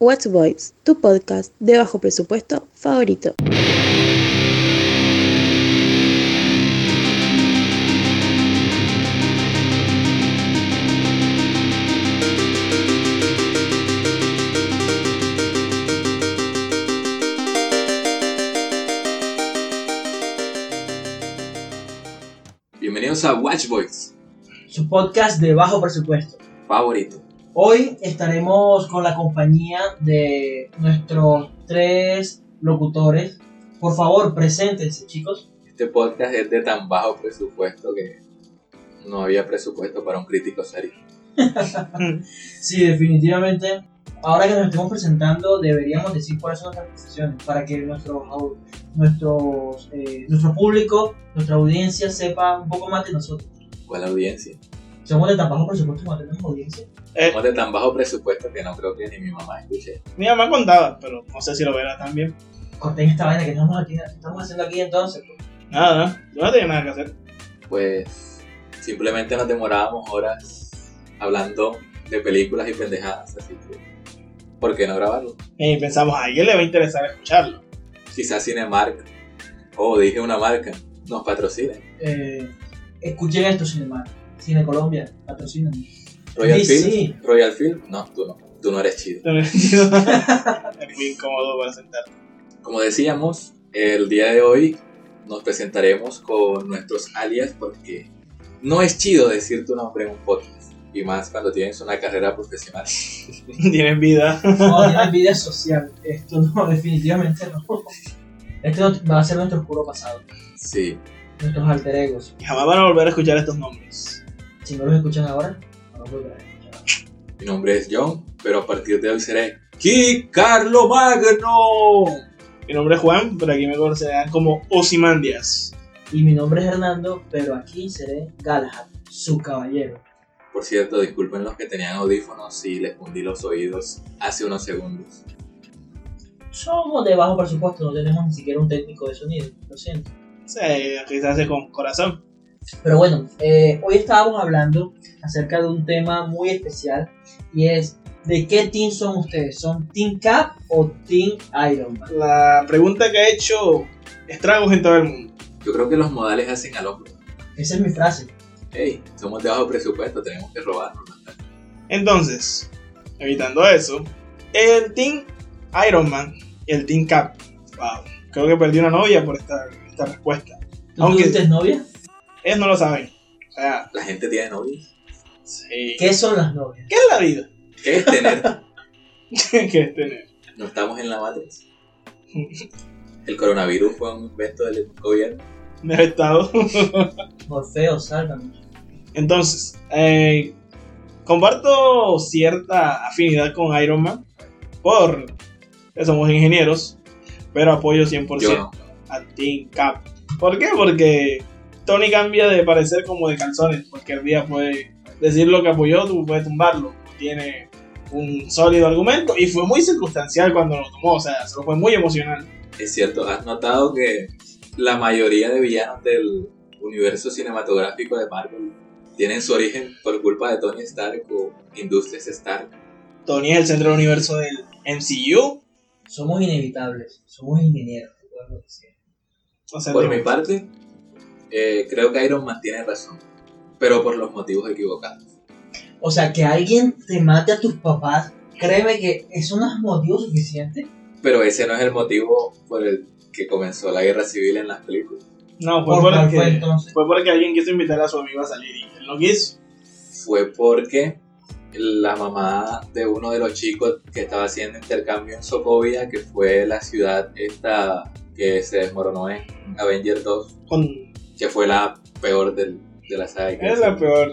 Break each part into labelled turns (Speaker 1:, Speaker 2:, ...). Speaker 1: What's Voice, tu podcast de bajo presupuesto favorito.
Speaker 2: Bienvenidos a Watch Boys,
Speaker 3: su podcast de bajo presupuesto.
Speaker 2: favorito.
Speaker 3: Hoy estaremos con la compañía de nuestros tres locutores. Por favor, preséntense, chicos.
Speaker 2: Este podcast es de tan bajo presupuesto que no había presupuesto para un crítico serio.
Speaker 3: Sí, definitivamente. Ahora que nos estemos presentando, deberíamos decir cuáles son nuestras profesiones para que nuestro, au- nuestros, eh, nuestro público, nuestra audiencia sepa un poco más de nosotros.
Speaker 2: ¿Cuál audiencia?
Speaker 3: Somos de tan bajo presupuesto como tenemos audiencia.
Speaker 4: Eh,
Speaker 2: Somos de tan bajo presupuesto que no creo que ni mi mamá escuche.
Speaker 4: mi mamá contaba, pero no sé si lo verá también.
Speaker 3: Corten esta vaina que estamos, aquí, estamos haciendo aquí entonces.
Speaker 4: Nada, yo no tenía nada que hacer.
Speaker 2: Pues simplemente nos demorábamos horas hablando de películas y pendejadas, así que ¿por qué no grabarlo?
Speaker 4: Y pensamos, a alguien le va a interesar escucharlo.
Speaker 2: Quizás Cinemark, oh, dije una marca, nos patrocinen.
Speaker 3: Eh, escuchen esto, Cinemar. Cine Colombia, patrocinan.
Speaker 2: Royal
Speaker 3: Sí,
Speaker 2: Film,
Speaker 3: sí.
Speaker 2: Royal Film, no, tú no, tú no eres chido.
Speaker 4: es muy incómodo para sentar.
Speaker 2: Como decíamos, el día de hoy nos presentaremos con nuestros alias porque no es chido decir tu nombre en un podcast. Y más cuando tienes una carrera profesional.
Speaker 4: Tienen vida.
Speaker 3: No, tienen vida social. Esto no, definitivamente no. Este no- va a ser nuestro oscuro pasado.
Speaker 2: Sí,
Speaker 3: Nuestros alter egos.
Speaker 4: Y jamás van a volver a escuchar estos nombres.
Speaker 3: Si no los escuchan ahora, no los volverán a escuchar.
Speaker 2: mi nombre es John, pero a partir de hoy seré Ki Carlo Magno.
Speaker 4: Mi nombre es Juan, pero aquí me conocerán como Osimandias.
Speaker 3: Y mi nombre es Hernando, pero aquí seré Galahad, su caballero.
Speaker 2: Por cierto, disculpen los que tenían audífonos y les hundí los oídos hace unos segundos.
Speaker 3: Somos de bajo presupuesto, no tenemos ni siquiera un técnico de sonido, lo siento.
Speaker 4: Sí, aquí se hace con corazón.
Speaker 3: Pero bueno, eh, hoy estábamos hablando acerca de un tema muy especial y es ¿de qué team son ustedes? ¿Son Team Cap o Team Iron Man?
Speaker 4: La pregunta que ha hecho estragos en todo el mundo.
Speaker 2: Yo creo que los modales hacen al hombre.
Speaker 3: Esa es mi frase.
Speaker 2: Hey, somos de bajo presupuesto, tenemos que robarnos.
Speaker 4: Entonces, evitando eso, el Team Iron Man y el Team Cap. Wow, creo que perdí una novia por esta, esta respuesta.
Speaker 3: ¿Tú
Speaker 4: Aunque-
Speaker 3: tuviste novia?
Speaker 4: Ellos no lo saben. O sea,
Speaker 2: La gente tiene novios.
Speaker 4: sí. ¿Qué,
Speaker 3: ¿Qué son las novias?
Speaker 4: es la vida
Speaker 2: ¿Qué es tener?
Speaker 4: que es tener?
Speaker 2: No estamos en la matriz. El coronavirus fue un invento del gobierno.
Speaker 4: Del estado.
Speaker 3: Morfeo, sálvame.
Speaker 4: Entonces, eh, comparto cierta afinidad con Iron Man por que somos ingenieros, pero apoyo 100%
Speaker 2: Yo no.
Speaker 4: a Team Cap. ¿Por qué? Porque Tony cambia de parecer como de calzones. Cualquier día puede decir lo que apoyó, tú puedes tumbarlo. Tiene un sólido argumento y fue muy circunstancial cuando lo tomó, o sea, se lo fue muy emocional.
Speaker 2: Es cierto, has notado que la mayoría de villanos del universo cinematográfico de Marvel tienen su origen por culpa de Tony Stark o Industrias Stark.
Speaker 4: Tony es el centro del universo del MCU.
Speaker 3: Somos inevitables, somos ingenieros. recuerdo que sí.
Speaker 4: O sea,
Speaker 2: Por
Speaker 4: digo,
Speaker 2: mi parte, eh, creo que Iron Man tiene razón, pero por los motivos equivocados.
Speaker 3: O sea, que alguien te mate a tus papás, créeme que eso no es motivo suficiente.
Speaker 2: Pero ese no es el motivo por el que comenzó la guerra civil en las películas.
Speaker 4: no, fue
Speaker 3: ¿Por cuál
Speaker 4: porque,
Speaker 3: fue entonces?
Speaker 4: fue porque alguien quiso invitar a su amigo a salir y él no quiso.
Speaker 2: fue porque la mamá de uno de los chicos que estaba haciendo intercambio en Sokovia, que fue la ciudad esta que se desmoronó en Avenger 2,
Speaker 4: Con,
Speaker 2: que fue la peor del- de la saga. de
Speaker 4: es la
Speaker 2: Kirby.
Speaker 4: peor.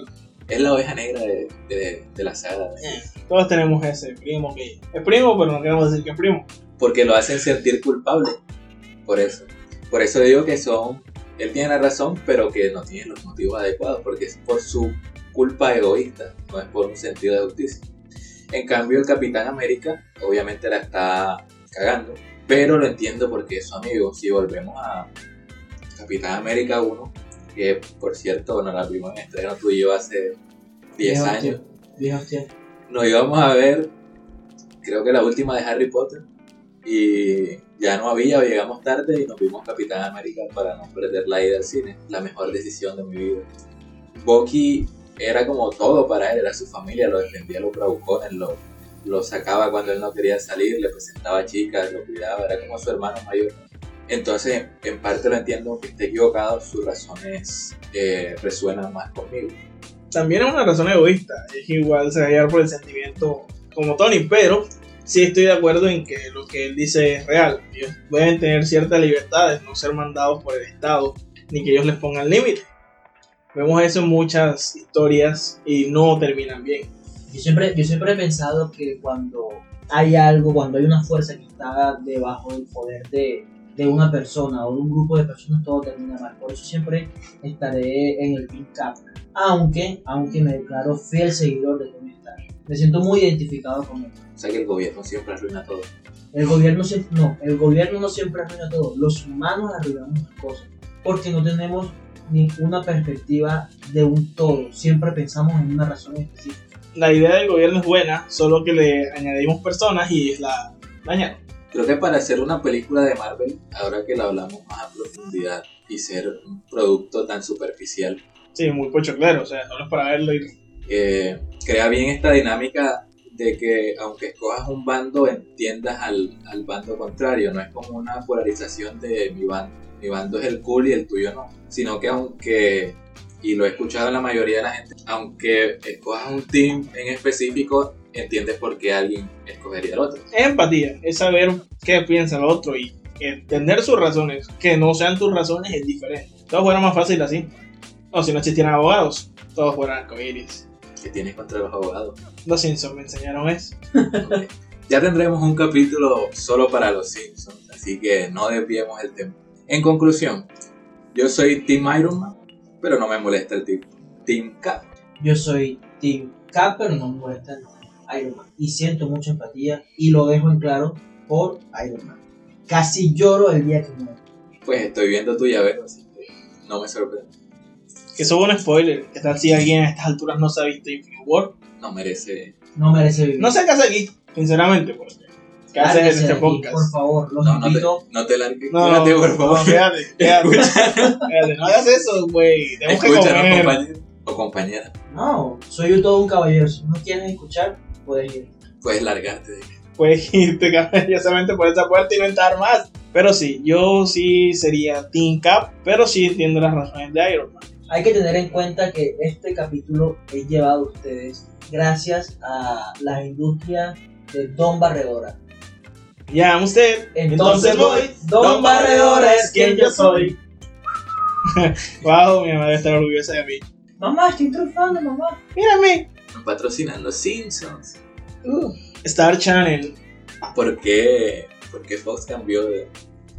Speaker 2: Es la oveja negra de, de- de la saga.
Speaker 4: Todos tenemos ese primo que es primo, pero no queremos decir que es primo.
Speaker 2: Porque lo hacen sentir culpable. Por eso. Por eso digo que son... Él tiene la razón, pero que no tiene los motivos adecuados, porque es por su culpa egoísta, no es por un sentido de justicia. En cambio, el Capitán América obviamente la está cagando, pero lo entiendo porque es su amigo. Si volvemos a Capitán América 1, que por cierto, no la vimos en estreno tú y yo hace 10
Speaker 3: Viejo
Speaker 2: años,
Speaker 3: tiempo, Viejo tiempo.
Speaker 2: nos íbamos a ver creo que la última de Harry Potter. Y ya no había, o llegamos tarde y nos vimos Capitán América para no perder la ida al cine. La mejor decisión de mi vida. Bucky era como todo para él, era su familia, lo defendía, lo bravucones, lo, lo sacaba cuando él no quería salir, le presentaba chicas, lo cuidaba, era como su hermano mayor. Entonces, en parte lo entiendo que esté equivocado, sus razones eh, resuenan más conmigo.
Speaker 4: También es una razón egoísta. Es igual se va a llevar por el sentimiento como Tony, pero sí estoy de acuerdo en que lo que él dice es real. Ellos pueden tener ciertas libertades, no ser mandados por el Estado, ni que ellos les pongan límites. Vemos eso en muchas historias y no terminan bien.
Speaker 3: Yo siempre, yo siempre he pensado que cuando hay algo, cuando hay una fuerza que está debajo del poder de, de una persona o de un grupo de personas, todo termina mal. Por eso siempre estaré en el Team Cap. Aunque, aunque me declaro fiel seguidor de Tony Stark. Me siento muy identificado con él.
Speaker 2: O sea que el gobierno siempre arruina todo.
Speaker 3: El gobierno siempre, no, el gobierno no siempre arruina todo. Los humanos arruinamos las cosas porque no tenemos ninguna perspectiva de un todo. Siempre pensamos en una razón específica.
Speaker 4: La idea del gobierno es buena, solo que le añadimos personas y la dañaron.
Speaker 2: Creo que para hacer una película de Marvel, ahora que la hablamos más a profundidad y ser un producto tan superficial,
Speaker 4: Sí, muy pochoclero, o sea, solo es para verlo y
Speaker 2: eh, crea bien esta dinámica de que aunque escojas un bando, entiendas al, al bando contrario. No es como una polarización de mi bando, mi bando es el cool y el tuyo no. Sino que aunque, y lo he escuchado en la mayoría de la gente, aunque escojas un team en específico, entiendes por qué alguien escogería al otro.
Speaker 4: Es empatía, es saber qué piensa el otro y entender sus razones. Que no sean tus razones es diferente. Todo fuera más fácil así. O si no existieran abogados, todos fueran arcoíris.
Speaker 2: que tienes contra los abogados?
Speaker 4: Los Simpsons me enseñaron eso.
Speaker 2: Ok. Ya tendremos un capítulo solo para los Simpsons, así que no desviemos el tema. En conclusión, yo soy Team Iron Man, pero no me molesta el Team, team Cap.
Speaker 3: Yo soy Team Cap, pero no me molesta el nombre, Iron Man. Y siento mucha empatía y lo dejo en claro por Iron Man. Casi lloro el día que muero.
Speaker 2: Pues estoy viendo tu llavero, así que no me sorprende.
Speaker 4: Que eso es un spoiler. ¿Qué tal si alguien a estas alturas no se ha visto Infinity War?
Speaker 2: No merece.
Speaker 3: No merece vivir.
Speaker 4: No sé qué hace aquí, sinceramente, porque. ¿Qué haces en
Speaker 3: Lárguense
Speaker 4: este
Speaker 3: de aquí,
Speaker 4: podcast?
Speaker 3: Por favor, los
Speaker 2: No, no te,
Speaker 3: invito.
Speaker 2: no te largues.
Speaker 4: No,
Speaker 2: Quédate, por favor.
Speaker 4: No, quédate, quédate. Espérate, no hagas eso, güey. Tenemos que
Speaker 2: Escúchanos,
Speaker 4: comer.
Speaker 2: compañero o compañera.
Speaker 3: No, soy todo un caballero. Si no quieres escuchar, puedes ir.
Speaker 2: Puedes largarte.
Speaker 4: Puedes irte caballerosamente por esa puerta y no entrar más. Pero sí, yo sí sería Team Cap, pero sí entiendo las razones de Iron Man.
Speaker 3: Hay que tener en cuenta que este capítulo es llevado a ustedes gracias a las industrias de Don Barredora.
Speaker 4: Ya, usted.
Speaker 3: Entonces voy, Don Barredora es quien yo soy.
Speaker 4: Wow, mi mamá debe estar orgullosa de mí.
Speaker 3: Mamá, estoy triunfando, mamá.
Speaker 4: Mírame.
Speaker 2: Nos patrocinan los Simpsons.
Speaker 4: Uh, Star Channel,
Speaker 2: ¿Por qué? ¿Por qué Fox cambió de.?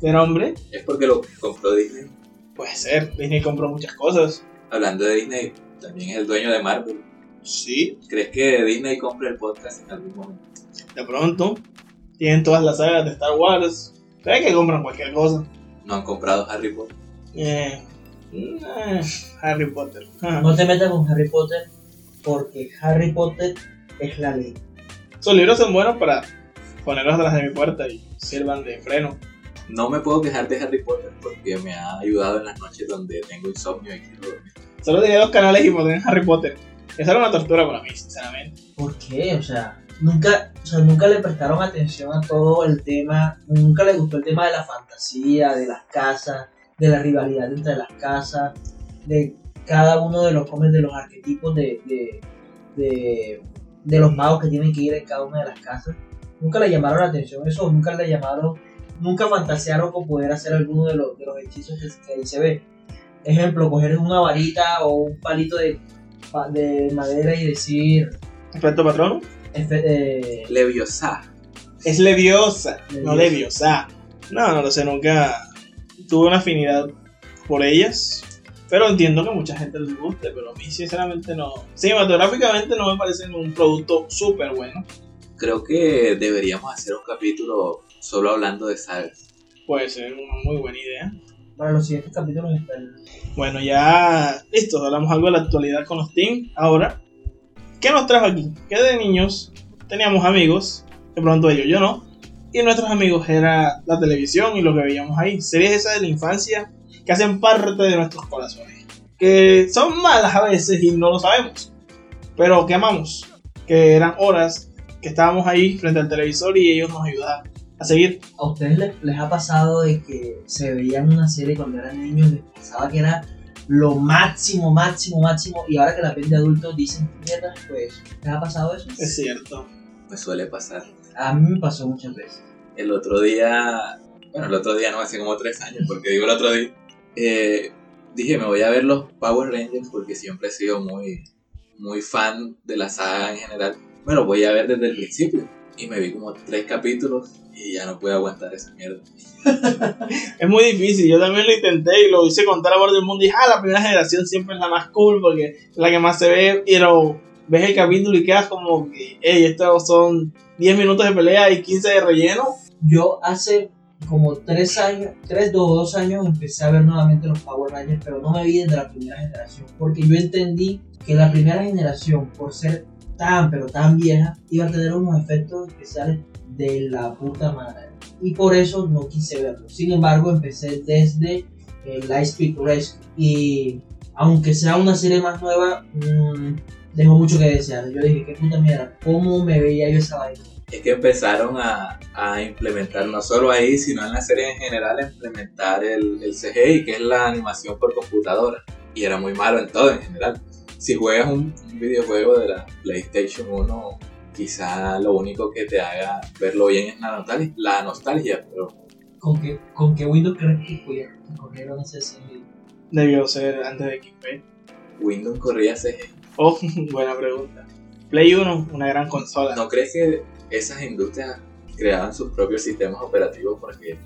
Speaker 4: de nombre.
Speaker 2: Es porque lo compró Disney.
Speaker 4: Puede ser, Disney compró muchas cosas.
Speaker 2: Hablando de Disney, también es el dueño de Marvel.
Speaker 4: Sí.
Speaker 2: ¿Crees que Disney compre el podcast en algún momento?
Speaker 4: De pronto, tienen todas las sagas de Star Wars. ¿Sabes que compran cualquier cosa?
Speaker 2: No han comprado Harry Potter.
Speaker 4: Eh, eh, Harry Potter. Ah.
Speaker 3: No te metas con Harry Potter porque Harry Potter es la ley.
Speaker 4: Sus libros son buenos para ponerlos detrás de mi puerta y sirvan de freno.
Speaker 2: No me puedo quejar de Harry Potter porque me ha ayudado en las noches donde tengo insomnio y quiero dormir.
Speaker 4: Solo tenía dos canales y ponían Harry Potter. Esa era una tortura para mí, sinceramente.
Speaker 3: ¿Por qué? O sea, nunca, o sea, nunca le prestaron atención a todo el tema, nunca le gustó el tema de la fantasía, de las casas, de la rivalidad entre las casas, de cada uno de los cómics, de los arquetipos de, de, de- de los magos que tienen que ir en cada una de las casas. Nunca le llamaron la atención eso, nunca le llamaron, nunca fantasearon con poder hacer alguno de los, de los hechizos que, que ahí se ve. Ejemplo, coger una varita o un palito de, pa- de madera y decir,
Speaker 4: Respecto patrono,
Speaker 3: Efe- eh,
Speaker 2: Leviosa.
Speaker 4: es leviosa, no
Speaker 3: Leviosa.
Speaker 4: leviosa. No, no lo sé, nunca tuve una afinidad por ellas. Pero entiendo que a mucha gente les guste, pero a mí sinceramente no. Cinematográficamente no me parecen un producto súper bueno.
Speaker 2: Creo que deberíamos hacer un capítulo solo hablando de sagas.
Speaker 4: Puede ser una muy buena idea.
Speaker 3: para los siguientes capítulos está el-
Speaker 4: Bueno, ya listo, hablamos algo de la actualidad con los teams. Ahora, ¿qué nos trajo aquí? Que de niños teníamos amigos de pronto ellos, yo no. Y nuestros amigos era la televisión y lo que veíamos ahí. Series esas de la infancia que hacen parte de nuestros corazones. Que son malas a veces y no lo sabemos. Pero que amamos. Que eran horas que estábamos ahí frente al televisor y ellos nos ayudaban a seguir.
Speaker 3: ¿A ustedes les, les ha pasado de que se veían una serie cuando eran niños, les pensaba que era lo máximo, máximo, máximo, y ahora que la ven de adultos dicen, mierda, pues, ¿les ha pasado eso?
Speaker 4: Es cierto.
Speaker 2: Me suele pasar.
Speaker 3: A mí me pasó muchas veces.
Speaker 2: El otro día, bueno, el otro día no, hace como tres años, porque digo el otro día, eh, dije, me voy a ver los Power Rangers porque siempre he sido muy, muy fan de la saga en general. Bueno, voy a ver desde el principio. Y me vi como tres capítulos y ya no pude aguantar esa mierda.
Speaker 4: Es muy difícil, yo también lo intenté y lo hice contar a bordo del mundo y dije, ah, la primera generación siempre es la más cool porque es la que más se ve y lo ves el capítulo y quedas como que, hey, estos son 10 minutos de pelea y 15 de relleno.
Speaker 3: Yo hace como tres años, tres o dos años empecé a ver nuevamente los Power Rangers, pero no me vi desde la primera generación, porque yo entendí que la primera generación, por ser tan, pero tan vieja, iba a tener unos efectos especiales de la puta madre. Y por eso no quise verlo. Sin embargo, empecé desde eh, Lightspeed Rescue. Y aunque sea una serie más nueva, mm, dejó mucho que desear. Yo dije, qué puta mierda, ¿cómo me veía yo esa vaina?
Speaker 2: es que empezaron a, a implementar, no solo ahí, sino en la serie en general, a implementar el, el CGI, que es la animación por computadora. Y era muy malo en todo en general. Si juegas un, un videojuego de la PlayStation 1, quizá lo único que te haga verlo bien es la nostalgia, la nostalgia pero
Speaker 3: ¿Con qué, con qué Windows crees que pudieron- que corrieron ese CGI?
Speaker 4: Debió ser antes de XP.
Speaker 2: Windows corría CGI.
Speaker 4: Oh, buena pregunta. Play 1, una gran consola.
Speaker 2: ¿No crees que esas industrias creaban sus propios sistemas operativos porque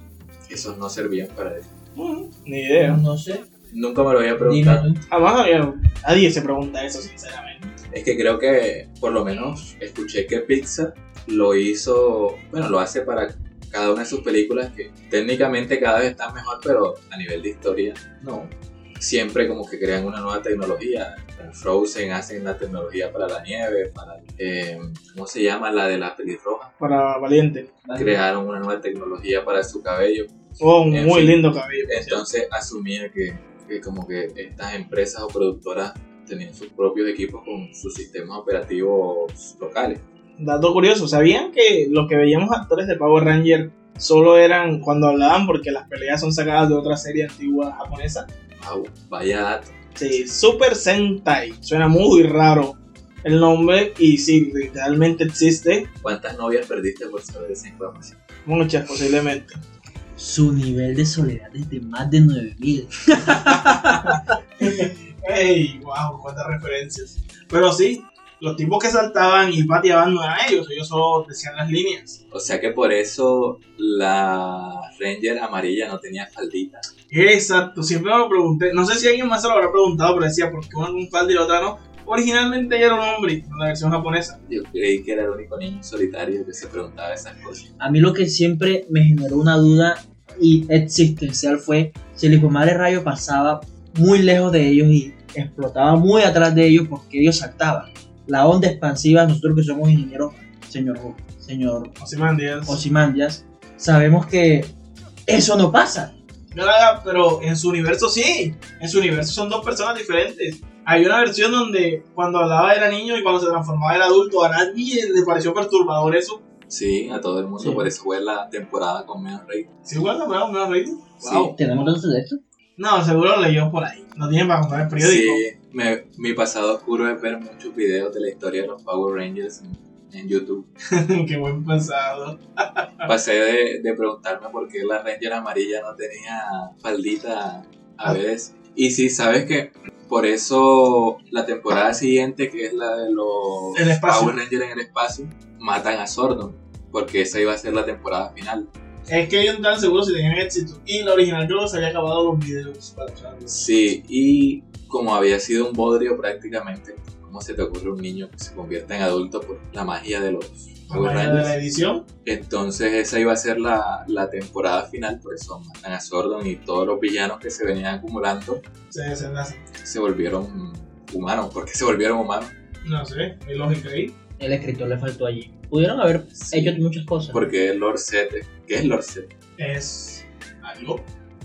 Speaker 2: esos no servían para eso?
Speaker 4: Mm, ni idea.
Speaker 3: No sé,
Speaker 2: Nunca me lo había
Speaker 3: dime
Speaker 2: preguntado.
Speaker 3: tú.
Speaker 4: Jamás había- Nadie se pregunta eso, sinceramente.
Speaker 2: Es que creo que, por lo menos, escuché que Pixar lo hizo, bueno, lo hace para cada una de sus películas que técnicamente cada vez están mejor, pero a nivel de historia, no. Siempre como que crean una nueva tecnología. En Frozen hacen una tecnología para la nieve, para, eh, ¿cómo se llama? La de la pelirroja.
Speaker 4: Para Valiente.
Speaker 3: Vale.
Speaker 2: Crearon una nueva tecnología para su cabello.
Speaker 4: Oh, un
Speaker 2: En
Speaker 4: muy
Speaker 2: fin.
Speaker 4: lindo cabello. por cierto.
Speaker 2: Entonces asumía que, que como que estas empresas o productoras tenían sus propios equipos con sus sistemas operativos locales.
Speaker 4: Dato curioso, ¿sabían que los que veíamos actores de Power Ranger solo eran cuando hablaban porque las peleas son sacadas de otra serie antigua japonesa?
Speaker 2: Au, vaya dato.
Speaker 4: Sí, Super Sentai. Suena muy raro el nombre y sí, realmente existe.
Speaker 2: ¿Cuántas novias perdiste por saber esa información?
Speaker 4: Muchas posiblemente.
Speaker 3: Su nivel de soledad es de más de 9000.
Speaker 4: ¡Ey! ¡Wow! ¡Cuántas referencias! Pero sí, los tipos que saltaban y pateaban no eran ellos, ellos solo decían las líneas.
Speaker 2: O sea que por eso la Ranger amarilla no tenía faldita.
Speaker 4: Exacto, siempre me lo pregunté. No sé si alguien más se lo habrá preguntado, pero decía, ¿por qué una con falda y la otra no? Originalmente ella era un hombre, en la versión japonesa.
Speaker 2: Yo creí que era el único niño solitario que se preguntaba esas cosas.
Speaker 3: A mí lo que siempre me generó una duda y existencial fue si el hipomadre rayo pasaba muy lejos de ellos y explotaba muy atrás de ellos porque ellos saltaban. La onda expansiva, nosotros que somos ingenieros, señor, Ho- señor
Speaker 4: Así me entiendes.
Speaker 3: Oh, Osimandias, sabemos que eso no pasa.
Speaker 4: No la haga, pero en su universo sí. En su universo son dos personas diferentes. Hay una versión donde cuando hablaba era niño y cuando se transformaba era adulto. A nadie le pareció perturbador eso.
Speaker 2: Sí, a todo el mundo.
Speaker 3: Sí.
Speaker 2: Por eso fue la temporada con menos rating.
Speaker 4: ¿Sí guarda me menos reído? Wow.
Speaker 3: ¿Tenemos datos de esto?
Speaker 4: No, seguro lo leyó por ahí. No tiene para comprar el periódico.
Speaker 2: Sí, me- mi pasado oscuro es ver muchos videos de la historia de los Power Rangers en, en YouTube.
Speaker 4: Qué buen pasado.
Speaker 2: Pasé de, de preguntarme por qué la Ranger amarilla no tenía faldita a veces. Y sí, sabes que por eso la temporada siguiente, que es la de los
Speaker 4: El espacio.
Speaker 2: Power Rangers en el espacio, matan a Sordon. Porque esa iba a ser la temporada final.
Speaker 4: Es que ellos no estaban seguros si tenían éxito. Y lo original creo que se había acabado los videos para echarlos.
Speaker 2: Sí, y como había sido un bodrio prácticamente, ¿cómo se te ocurre un niño que se convierta en adulto por la magia de los Power
Speaker 4: La de la
Speaker 2: Rangers?
Speaker 4: edición.
Speaker 2: Entonces esa iba a ser la, la temporada final, por eso matan a Sordon y todos los villanos que se venían acumulando
Speaker 4: Se desenlazan.
Speaker 2: se volvieron humanos. ¿Por qué se volvieron humanos?
Speaker 4: No sé, es lógica ahí.
Speaker 3: El escritor le faltó allí. Pudieron haber
Speaker 2: Sí.
Speaker 3: hecho muchas cosas.
Speaker 2: Porque Lord Set, ¿qué es Lord Set?
Speaker 4: Es algo,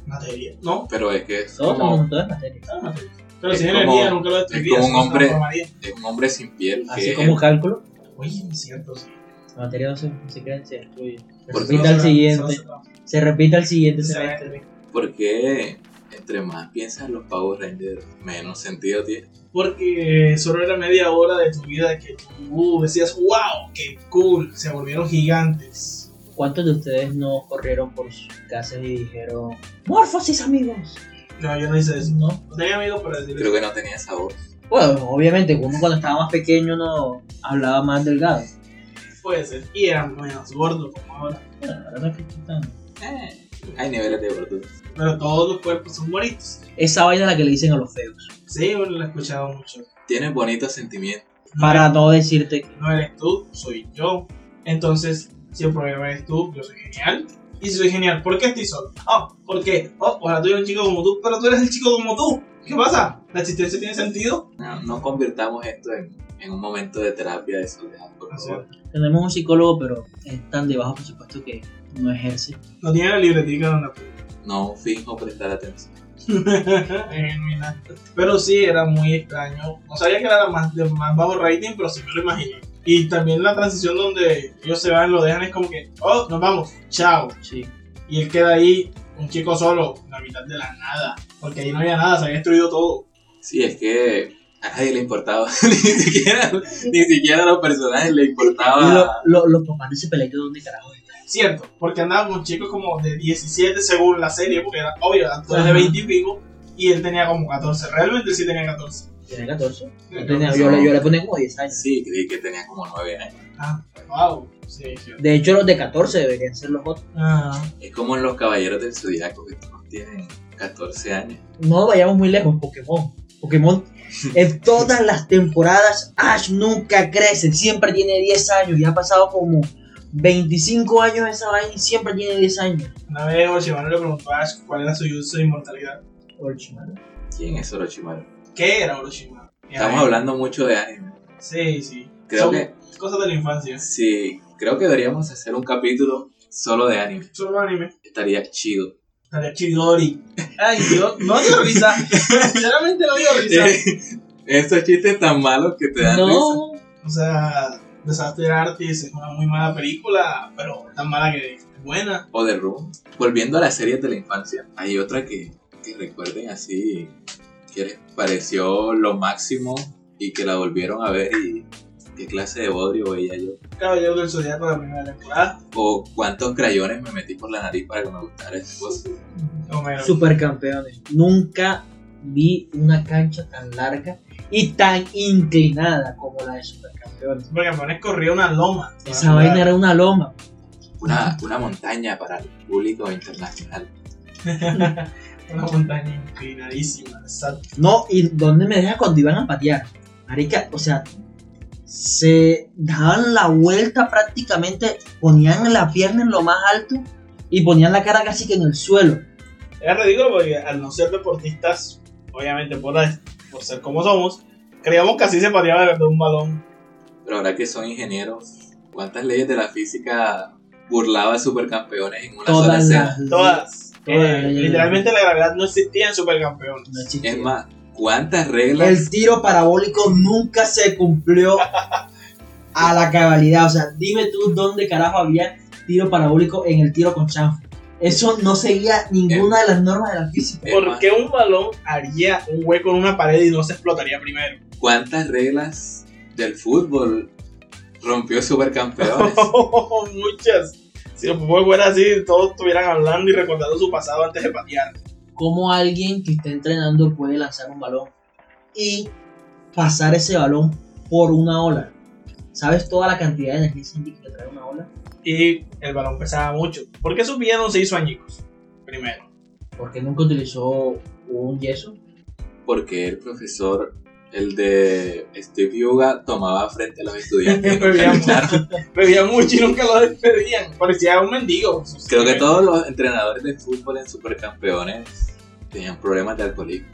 Speaker 4: materia, ¿no?
Speaker 2: Pero es que es
Speaker 3: Todos
Speaker 2: como,
Speaker 3: tenemos todas las materias.
Speaker 4: Ah, materia. Pero
Speaker 2: Es
Speaker 4: sin
Speaker 2: como-
Speaker 4: energía nunca lo destruiría.
Speaker 2: como un
Speaker 4: eso es una
Speaker 2: hombre-
Speaker 4: barbaridad.
Speaker 2: es un hombre sin piel.
Speaker 3: Así
Speaker 2: Que es
Speaker 3: como un cálculo,
Speaker 4: Oye, es cierto, sí.
Speaker 3: la materia no se, no se crea, se destruye. Se
Speaker 2: Porque
Speaker 3: repite al siguiente, se repite al siguiente semestre.
Speaker 2: porque entre más piensas los Power Rangers, menos sentido tiene.
Speaker 4: Porque solo era media hora de tu vida que tú decías, wow, qué cool, se volvieron gigantes.
Speaker 3: ¿Cuántos de ustedes no corrieron por sus casas y dijeron ¡Morfosis, amigos!
Speaker 4: No, yo no hice eso.
Speaker 3: No.
Speaker 4: No tenía amigos para decir
Speaker 2: Creo que no tenía esa voz.
Speaker 3: Bueno, obviamente, uno cuando estaba más pequeño no hablaba más delgado.
Speaker 4: eso. Puede ser. Y eran menos gordos como ahora.
Speaker 3: Bueno, la verdad es que estoy tan-
Speaker 2: Eh, hay niveles de gordura.
Speaker 4: Pero todos los cuerpos son bonitos.
Speaker 3: Esa vaina es la que le dicen a los feos.
Speaker 4: Sí, yo lo he escuchado mucho.
Speaker 2: Tienen bonitos sentimientos.
Speaker 4: No
Speaker 3: Para no decirte que.
Speaker 4: no eres tú, soy yo. Entonces, si el problema eres tú, yo soy genial. Y si soy genial, ¿por qué estoy solo? Ah, porque, oh, ojalá tuviera un chico como tú, pero tú eres el chico como tú. ¿Qué pasa? ¿La existencia tiene sentido?
Speaker 2: No, no convirtamos esto en, en un momento de terapia de soledad, por
Speaker 4: Así
Speaker 2: favor.
Speaker 3: Tenemos un psicólogo, pero es tan de bajo presupuesto que no ejerce.
Speaker 4: No tiene la libretica donde
Speaker 2: No finjo prestar atención.
Speaker 4: en mi nada. Pero sí, era muy extraño. No sabía que era más, de más bajo rating, pero sí me lo imaginé. Y también la transición donde ellos se van, lo dejan, es como que, oh, nos vamos, chao.
Speaker 3: Sí.
Speaker 4: Y él queda ahí, un chico solo, en la mitad de la nada. Porque ahí no había nada, se había destruido todo.
Speaker 2: Sí, es que a nadie le importaba. ni, siquiera, ni siquiera a los personajes le
Speaker 3: Y lo-
Speaker 2: importaba.
Speaker 3: lo- los papás de ese peleito, ¿dónde carajo están?
Speaker 4: Cierto, porque andaban con chicos como de 17 según la serie, porque era obvio, antes de
Speaker 3: Ajá.
Speaker 4: 20 y pico, y él tenía como 14, realmente sí tenía 14.
Speaker 3: ¿Tiene 14?
Speaker 4: Tenía
Speaker 3: Yo, tenía-
Speaker 4: 14.
Speaker 3: yo le, yo le ponía como 10 años.
Speaker 2: Sí, creí que tenía como nueve años.
Speaker 4: Ah, wow, sí, sí.
Speaker 3: De hecho, los de 14 deberían ser los otros.
Speaker 4: Ah,
Speaker 2: Es como en los caballeros del zodiaco que todos tienen 14 años.
Speaker 3: No vayamos muy lejos, Pokémon. Pokémon en todas las temporadas, Ash nunca crece, siempre tiene 10 años. Ya ha pasado como 25 años esa vaina y siempre tiene 10 años.
Speaker 4: una vez Oshimano le preguntó a Ash cuál era su uso de inmortalidad.
Speaker 3: Orochimaru.
Speaker 2: ¿Quién es Orochimaru?
Speaker 4: ¿Qué era Orochimaru? Y
Speaker 2: Estamos
Speaker 4: ahí-
Speaker 2: hablando mucho de anime.
Speaker 4: Sí, sí.
Speaker 2: Creo
Speaker 4: Son
Speaker 2: que
Speaker 4: cosas de la infancia.
Speaker 2: sí, creo que deberíamos hacer un capítulo solo de anime.
Speaker 4: Solo anime.
Speaker 2: Estaría chido.
Speaker 4: Estaría Chidori. Ay, Dios, no dio risa. Sinceramente no dio risa.
Speaker 2: Estos chistes tan malos que te dan risa.
Speaker 3: No,
Speaker 4: O sea, Desastre Artis es una muy mala película, pero tan mala que es buena.
Speaker 2: O de Room. Volviendo a las series de la infancia, hay otra que, que recuerden así que les pareció lo máximo y que la volvieron a ver y qué clase de bodrio veía yo.
Speaker 4: Caballero del Zodiaco de la primera temporada.
Speaker 2: O cuántos crayones me metí por la nariz para que me gustara esa cosa.
Speaker 4: Homero.
Speaker 3: supercampeones. Nunca vi una cancha tan larga y tan inclinada como la de supercampeones.
Speaker 4: Supercampeones corría una loma.
Speaker 3: Esa vaina era una loma.
Speaker 2: Una, una montaña para el público internacional.
Speaker 4: Una montaña inclinadísima, exacto.
Speaker 3: No, ¿y dónde me deja cuando iban a patear? Marica, o sea, se daban la vuelta prácticamente, ponían la pierna en lo más alto y ponían la cara casi que en el suelo.
Speaker 4: Era ridículo porque al no ser deportistas, obviamente por, la- por ser como somos, creíamos que así se pateaba de de un balón.
Speaker 2: Pero ahora que son ingenieros, ¿cuántas leyes de la física burlaba supercampeones en una sola
Speaker 3: Todas
Speaker 2: escena?
Speaker 3: las...
Speaker 4: Todas.
Speaker 3: Todas,
Speaker 4: Eh,
Speaker 3: ya, ya, ya.
Speaker 4: literalmente la gravedad no existía en Supercampeones.
Speaker 3: No
Speaker 2: Es
Speaker 3: existían.
Speaker 2: más, ¿cuántas reglas?
Speaker 3: El tiro parabólico nunca se cumplió a la cabalidad. O sea, dime tú dónde carajo había tiro parabólico en el tiro con chanfle. Eso no seguía ninguna de las normas de la física.
Speaker 2: Es
Speaker 4: ¿Por
Speaker 2: más,
Speaker 4: qué un balón haría un hueco en una pared y no se explotaría primero?
Speaker 2: ¿Cuántas reglas del fútbol rompió supercampeones?
Speaker 4: Oh, Muchas. Si los juegos fuera así, todos estuvieran hablando y recordando su pasado antes de patear.
Speaker 3: ¿Cómo alguien que está entrenando puede lanzar un balón y pasar ese balón por una ola? ¿Sabes toda la cantidad de energía cinética que trae una ola?
Speaker 4: Y el balón pesaba mucho. ¿Por qué supieron se hizo añicos? Primero.
Speaker 3: Porque nunca utilizó un yeso.
Speaker 2: Porque el profesor, el de Steve Yuga, tomaba frente a los estudiantes.
Speaker 4: Bebía mucho, bebía mucho y nunca lo despedían. Parecía un mendigo.
Speaker 2: Creo que todos los entrenadores de fútbol en supercampeones tenían problemas de alcoholismo.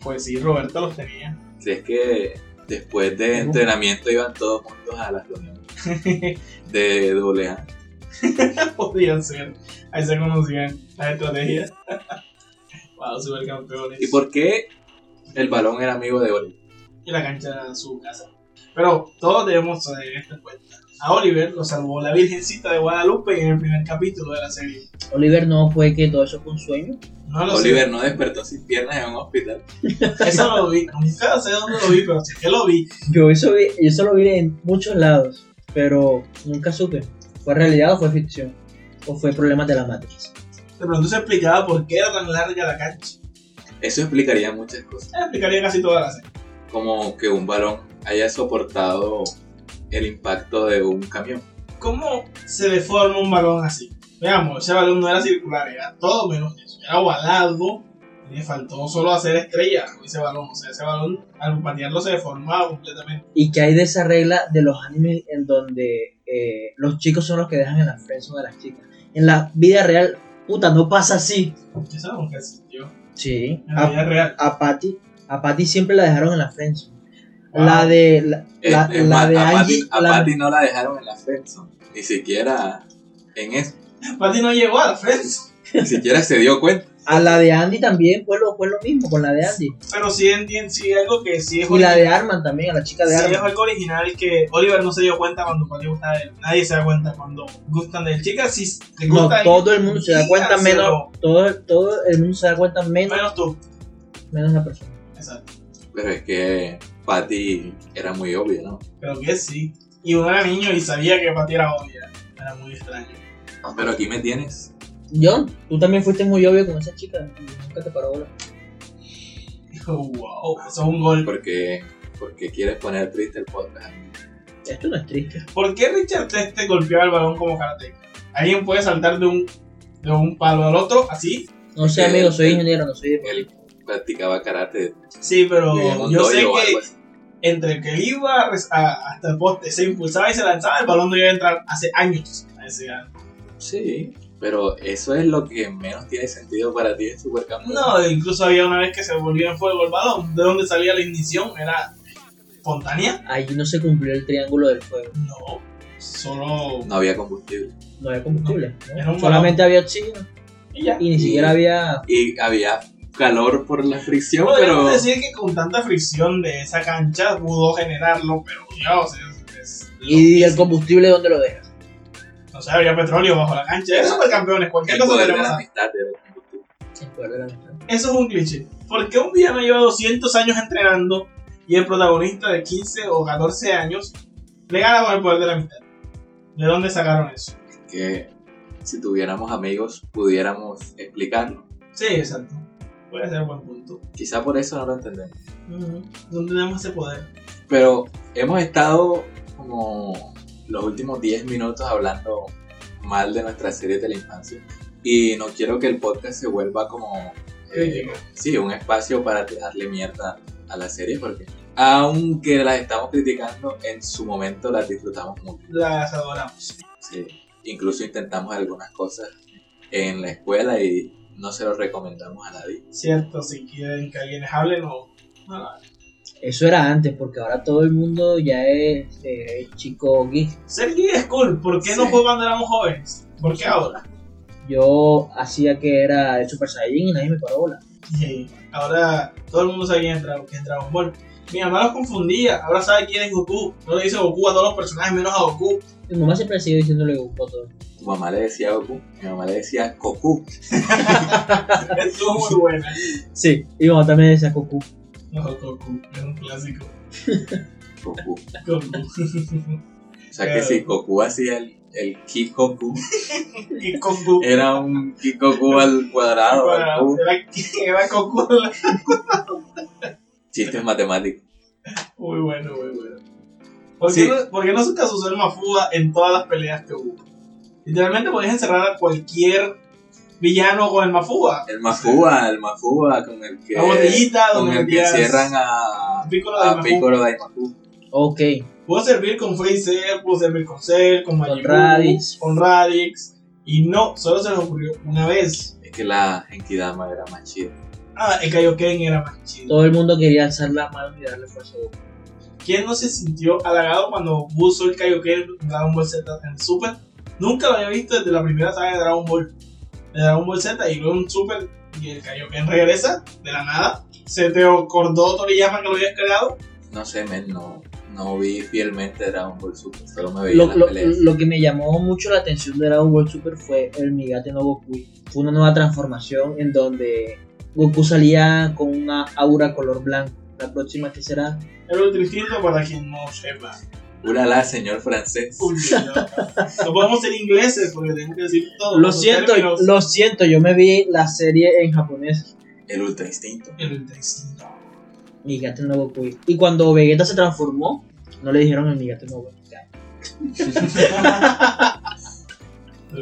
Speaker 4: Pues sí, Roberto los tenía.
Speaker 2: Si es que después de entrenamiento iban todos juntos a las reuniones. de doble A.
Speaker 4: Podían ser. Ahí se conocían las estrategias. wow, supercampeones.
Speaker 2: ¿Y por qué el balón era amigo de Oliver?
Speaker 4: y la cancha era su casa. Pero todos debemos tener esto en cuenta. A Oliver lo salvó la Virgencita de Guadalupe en el primer capítulo de la serie.
Speaker 3: Oliver no fue que todo eso fue un sueño.
Speaker 4: No lo
Speaker 2: Oliver no despertó sin piernas en un hospital.
Speaker 4: sé, eso lo vi. No sé dónde lo vi, pero sé que lo vi.
Speaker 3: Yo eso vi, yo eso lo vi en muchos lados, pero nunca supe. ¿Fue realidad o fue ficción? ¿O fue problemas de la matriz?
Speaker 4: De pronto se explicaba por qué era tan larga la cancha.
Speaker 2: Eso explicaría muchas cosas.
Speaker 4: Se explicaría casi toda la serie.
Speaker 2: Como que un balón haya soportado el impacto de un camión.
Speaker 4: ¿Cómo se deforma un balón así? Veamos, ese balón no era circular, era todo menos eso. Era ovalado. y Le faltó solo hacer estrella con ese balón. O sea, ese balón al patearlo se deformaba completamente.
Speaker 3: ¿Y que hay de esa regla de los animes en donde eh, los chicos son los que dejan el ascenso de las chicas? En la vida real, puta, no pasa así.
Speaker 4: Eso nunca existió.
Speaker 3: Sí.
Speaker 4: En la
Speaker 3: A,
Speaker 4: vida real.
Speaker 3: a Patty, a Patty siempre la dejaron en la friendzone.
Speaker 4: Wow.
Speaker 3: La de la,
Speaker 4: Eh,
Speaker 2: Es-
Speaker 3: la-
Speaker 2: es
Speaker 3: la
Speaker 2: más,
Speaker 3: de
Speaker 2: Eh, a,
Speaker 3: Angie,
Speaker 2: Patty, a
Speaker 3: la-
Speaker 2: Patty no la dejaron en la Fenson. Ni siquiera en eso.
Speaker 4: Pati no llegó a la Friends,
Speaker 2: Ni siquiera se dio cuenta.
Speaker 3: a la de Andy también fue lo, fue lo mismo con la de Andy.
Speaker 4: pero sí entiendo, sí algo que sí es,
Speaker 3: Y la
Speaker 4: original,
Speaker 3: de Arman también, a la chica de
Speaker 4: sí es
Speaker 3: Arman.
Speaker 4: algo original que Oliver no se dio cuenta cuando Pati gusta de él. Nadie se da cuenta cuando gustan de él. Chicas, si te
Speaker 3: No,
Speaker 4: gustan
Speaker 3: todo el mundo se da cuenta menos,
Speaker 4: dígaselo.
Speaker 3: todo, todo el mundo se da cuenta menos,
Speaker 4: menos tú.
Speaker 3: menos la persona.
Speaker 4: Exacto.
Speaker 2: Pero es que Patty era muy obvio, ¿no?
Speaker 4: Creo que sí. Y uno era niño y sabía que Pati era obvia. Era muy extraño.
Speaker 2: Pero aquí me tienes.
Speaker 3: John, tú también fuiste muy obvio con esa chica, y nunca te paró bola.
Speaker 4: Dijo, wow, eso es un gol.
Speaker 2: Porque, porque quieres poner triste el podcast.
Speaker 3: Esto no es triste.
Speaker 4: ¿Por qué Richard Teste golpeaba el balón como karateca? Alguien puede saltar de un, de un palo al otro, así.
Speaker 3: No sé,
Speaker 2: Eh,
Speaker 3: amigo, soy
Speaker 2: eh,
Speaker 3: ingeniero, no soy de
Speaker 2: Él practicaba karate.
Speaker 4: Sí, pero
Speaker 2: de
Speaker 4: yo
Speaker 2: Montoya
Speaker 4: sé
Speaker 2: o
Speaker 4: que
Speaker 2: algo así.
Speaker 4: entre el que iba a res- a- hasta el poste, se impulsaba y se lanzaba, el balón no iba a entrar hace años. a ese edad.
Speaker 2: Sí, pero eso es lo que menos tiene sentido para ti en Supercampeón.
Speaker 4: No, incluso había una vez que se volvió en fuego el balón. ¿De dónde salía la ignición? ¿Era espontánea?
Speaker 3: Allí no se cumplió el triángulo del fuego.
Speaker 4: No, solo...
Speaker 2: No había combustible.
Speaker 3: No había combustible. ¿no?
Speaker 4: Era un
Speaker 3: Solamente había oxígeno.
Speaker 4: Y ya.
Speaker 3: Y ni
Speaker 2: Y-
Speaker 3: siquiera había.
Speaker 2: Y había calor por la fricción,
Speaker 4: Podríamos
Speaker 2: pero
Speaker 4: decir que con tanta fricción de esa cancha pudo generarlo, pero Dios, es... es
Speaker 3: ¿Y el
Speaker 4: loquísimo.
Speaker 3: combustible dónde lo dejas?
Speaker 4: No sé, había petróleo bajo la cancha. Eso fue campeones, cualquier
Speaker 2: el
Speaker 4: cosa
Speaker 2: poder
Speaker 4: le
Speaker 2: de la
Speaker 4: pasa.
Speaker 2: amistad era el combustible.
Speaker 3: Sin poder de la amistad.
Speaker 4: Eso es un cliché. ¿Por qué un villano lleva 200 años entrenando y el protagonista de 15 o 14 años le gana con el poder de la amistad? ¿De dónde sacaron eso?
Speaker 2: Que si tuviéramos amigos, pudiéramos explicarlo.
Speaker 4: Sí, exacto. Puede ser un buen punto.
Speaker 2: Quizá por eso no lo entendemos.
Speaker 4: ¿Dónde tenemos ese poder?
Speaker 2: Pero hemos estado como los últimos 10 minutos hablando mal de nuestra serie de la infancia. Y no quiero que el podcast se vuelva como... eh,
Speaker 4: Crítica.
Speaker 2: sí, un espacio para darle mierda a la serie porque aunque las estamos criticando, en su momento las disfrutamos mucho.
Speaker 4: Las adoramos.
Speaker 2: Sí. Incluso intentamos algunas cosas en la escuela y no se los recomendamos a nadie.
Speaker 4: Cierto, si quieren que alguien les hable, no. no, no.
Speaker 3: Eso era antes, porque ahora todo el mundo ya es eh, chico geek.
Speaker 4: Ser gay es cool. ¿Por qué no
Speaker 2: Sí.
Speaker 4: fue cuando éramos jóvenes? ¿Por qué ahora?
Speaker 3: Yo hacía que era el Super Saiyan y nadie me paró bola.
Speaker 4: Y ahora todo el mundo sabía en Dra- que en Dragon Ball. Mi mamá los confundía, ahora sabe quién es Goku. No le dice Goku a todos los personajes menos a Goku.
Speaker 3: Mi mamá siempre sigue diciéndole Goku a todo.
Speaker 2: Tu mamá le decía Goku, mi mamá le decía Goku.
Speaker 4: Estuvo muy buena.
Speaker 3: Sí, y mi mamá también decía Goku.
Speaker 4: No, Goku, es un clásico.
Speaker 2: Goku.
Speaker 4: Goku.
Speaker 2: O sea que si Goku hacía el, el Kikoku,
Speaker 4: y con Goku.
Speaker 2: era un Kikoku al cuadrado, al cubo.
Speaker 4: Era, era Goku.
Speaker 2: Chistes matemáticos.
Speaker 4: Muy bueno, muy bueno. ¿Por,
Speaker 2: Sí.
Speaker 4: qué, no, por qué no se te asusó el Mafua en todas las peleas que hubo? Literalmente podías encerrar a cualquier villano con el Mafua.
Speaker 2: El Mafuba, el Mafuba con el que...
Speaker 4: La botellita,
Speaker 2: con
Speaker 4: donde
Speaker 2: el que cierran a,
Speaker 4: Piccolo del
Speaker 2: a
Speaker 4: Mafua.
Speaker 2: Piccolo Daimaku.
Speaker 3: Ok,
Speaker 4: Puedo servir con Freezer, puedo servir con Cell, con Majin Buu,
Speaker 3: Raditz.
Speaker 4: con Radix. Y no, solo se les ocurrió una vez.
Speaker 2: Es que la Genkidama era más chida.
Speaker 4: Ah, el Kaioken era más chido.
Speaker 3: todo el mundo quería alzar la mano y darle fuerza a Goku.
Speaker 4: ¿Quién no se sintió halagado cuando Buu el Kaioken en Dragon Ball Z en Super? Nunca lo había visto desde la primera saga de Dragon Ball. De Dragon Ball Z y luego en Super y el Kaioken regresa de la nada. Se te acordó Toriyama que lo habías creado.
Speaker 2: No sé, men, no, no vi fielmente Dragon Ball Super, solo me veía
Speaker 3: Lo,
Speaker 2: las
Speaker 3: lo-
Speaker 2: peleas.
Speaker 3: lo que me llamó mucho la atención de Dragon Ball Super fue el Migate no Goku. Fue una nueva transformación en donde Goku salía con una aura color blanco. La próxima que será.
Speaker 4: El otro instinto para quien no sepa.
Speaker 2: Ulala, señor francés.
Speaker 4: Uy, no. No podemos ser ingleses porque tenemos que decir todo.
Speaker 3: Lo siento,
Speaker 4: términos.
Speaker 3: lo siento, yo me vi la serie en japonés.
Speaker 2: El ultra instinto.
Speaker 4: El ultra instinto.
Speaker 3: Migate no Goku. Y cuando Vegeta se transformó, no le dijeron el Migate no Goku.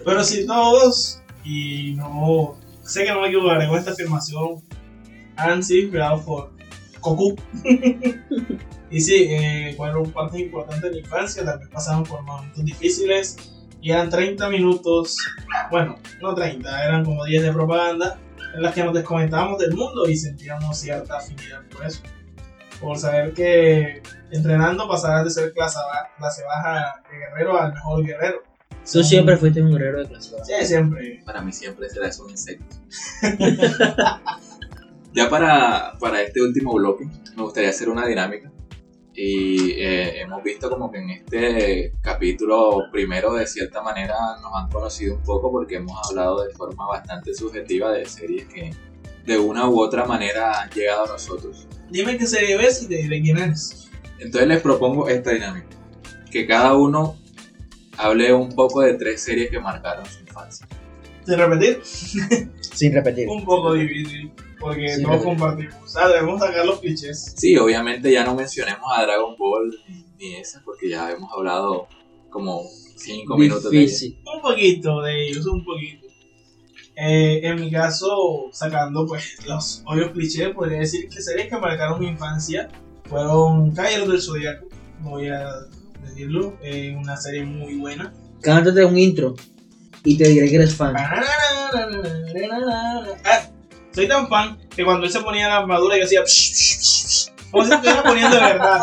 Speaker 4: Pero si todos, y no, sé que no me equivocaré con esta afirmación, han sido inspirados por Goku. y sí, eh, fueron parte importante de la infancia, también pasaron por momentos difíciles, y eran 30 minutos, bueno, no 30, eran como 10 de propaganda, en las que nos desconectábamos del mundo y sentíamos cierta afinidad por eso. Por saber que entrenando pasarás de ser clase, ba- clase baja de guerrero al mejor guerrero.
Speaker 3: Tú siempre fuiste un guerrero de clase.
Speaker 4: Sí, siempre.
Speaker 2: Para mí siempre será eso un insecto. ya para, para este último bloque, me gustaría hacer una dinámica. Y eh, hemos visto como que en este capítulo primero, de cierta manera, nos han conocido un poco porque hemos hablado de forma bastante subjetiva de series que de una u otra manera han llegado a nosotros.
Speaker 4: Dime qué serie ves y te diré quién eres.
Speaker 2: Entonces les propongo esta dinámica. Que cada uno hable un poco de tres series que marcaron su infancia.
Speaker 4: De repetir,
Speaker 3: Sin repetir.
Speaker 4: un poco difícil, porque
Speaker 3: Sí,
Speaker 4: todos
Speaker 3: pero-
Speaker 4: compartimos. O sea, debemos sacar los clichés.
Speaker 2: Sí, obviamente ya no mencionemos a Dragon Ball ni- ni esa porque ya hemos hablado como cinco minutos de ella.
Speaker 3: Difícil.
Speaker 4: Un poquito de ellos, un poquito. Eh, en mi caso, sacando pues los obvios clichés, podría decir que series que marcaron mi infancia fueron Caballeros del Zodiaco, voy a decirlo, eh, una serie muy buena.
Speaker 3: Cántate un intro y te diré que eres fan.
Speaker 4: Ah, soy tan fan que cuando él se ponía la armadura yo hacía psh, psh, psh, psh, como si estuviera poniendo de verdad.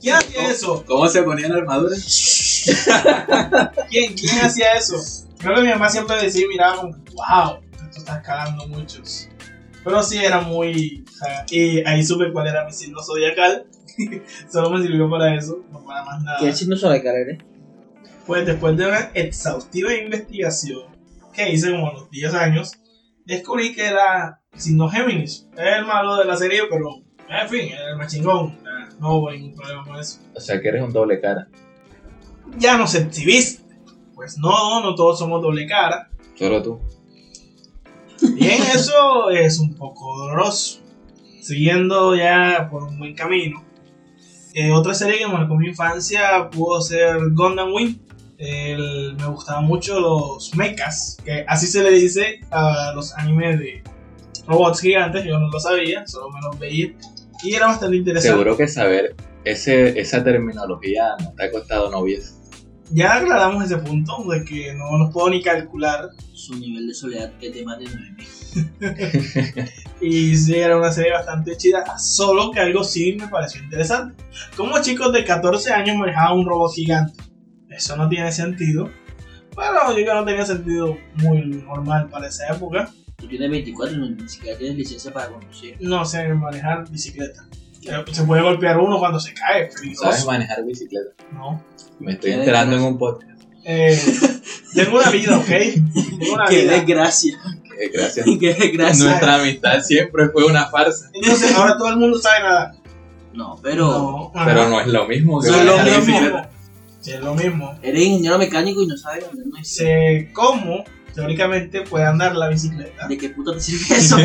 Speaker 4: ¿Quién hacía eso?
Speaker 2: ¿Cómo se ponía la armadura?
Speaker 4: ¿Quién, quién hacía eso? Creo que mi mamá siempre decía, mira, como, wow, tú estás cagando muchos. Pero sí, era muy... o sea, y ahí supe cuál era mi signo zodiacal. Solo me sirvió para eso, no para más nada.
Speaker 3: ¿Qué signo zodiacal eres?
Speaker 4: Pues después de una exhaustiva investigación que hice como a los 10 años, descubrí que era signo Géminis. Es el malo de la serie, pero en fin, era el más chingón. Ah, No hubo ningún problema con eso.
Speaker 2: O sea que eres un doble cara.
Speaker 4: Ya nos exhibiste. Pues no, no todos somos doble cara.
Speaker 2: Solo tú.
Speaker 4: Bien, eso es un poco doloroso. Siguiendo ya por un buen camino. Eh, otra serie que marcó mi infancia pudo ser Gundam Wing. El- me gustaban mucho los mechas, que así se le dice a los animes de robots gigantes. Yo no lo sabía, solo me los veía. Y era bastante interesante.
Speaker 2: Seguro que saber ese, esa terminología no te ha costado novias.
Speaker 4: Ya aclaramos ese punto de que no nos puedo ni calcular.
Speaker 3: Su nivel de soledad es de más de 9000.
Speaker 4: Y sí, era una serie bastante chida, solo que algo sí me pareció interesante. Como chicos de 14 años manejaban un robot gigante. Eso no tiene sentido. Bueno, yo creo que no tenía sentido muy normal para esa época.
Speaker 3: Tú tienes 24 y ni siquiera tienes licencia para conducir.
Speaker 4: No sé manejar bicicleta. Pero Se puede golpear uno cuando se cae, es
Speaker 2: ¿Sabes
Speaker 4: peligroso.
Speaker 2: manejar bicicleta?
Speaker 4: No.
Speaker 2: Me estoy enterando en un podcast.
Speaker 4: Eh, tengo una vida, ¿ok? Tengo una
Speaker 3: ¡Qué
Speaker 4: vida.
Speaker 3: desgracia!
Speaker 2: Eh, Gracias.
Speaker 3: ¡Qué desgracia!
Speaker 2: Nuestra amistad siempre fue una farsa.
Speaker 4: Entonces ahora todo el mundo sabe nada.
Speaker 3: No, pero
Speaker 2: Pero no es lo mismo que
Speaker 4: es lo
Speaker 2: manejar bicicleta.
Speaker 4: mismo. Sí, es lo mismo.
Speaker 3: eres ingeniero mecánico y no sabes andar en bici.
Speaker 4: sé cómo teóricamente puede andar la bicicleta.
Speaker 3: ¿De qué puta te sirve eso?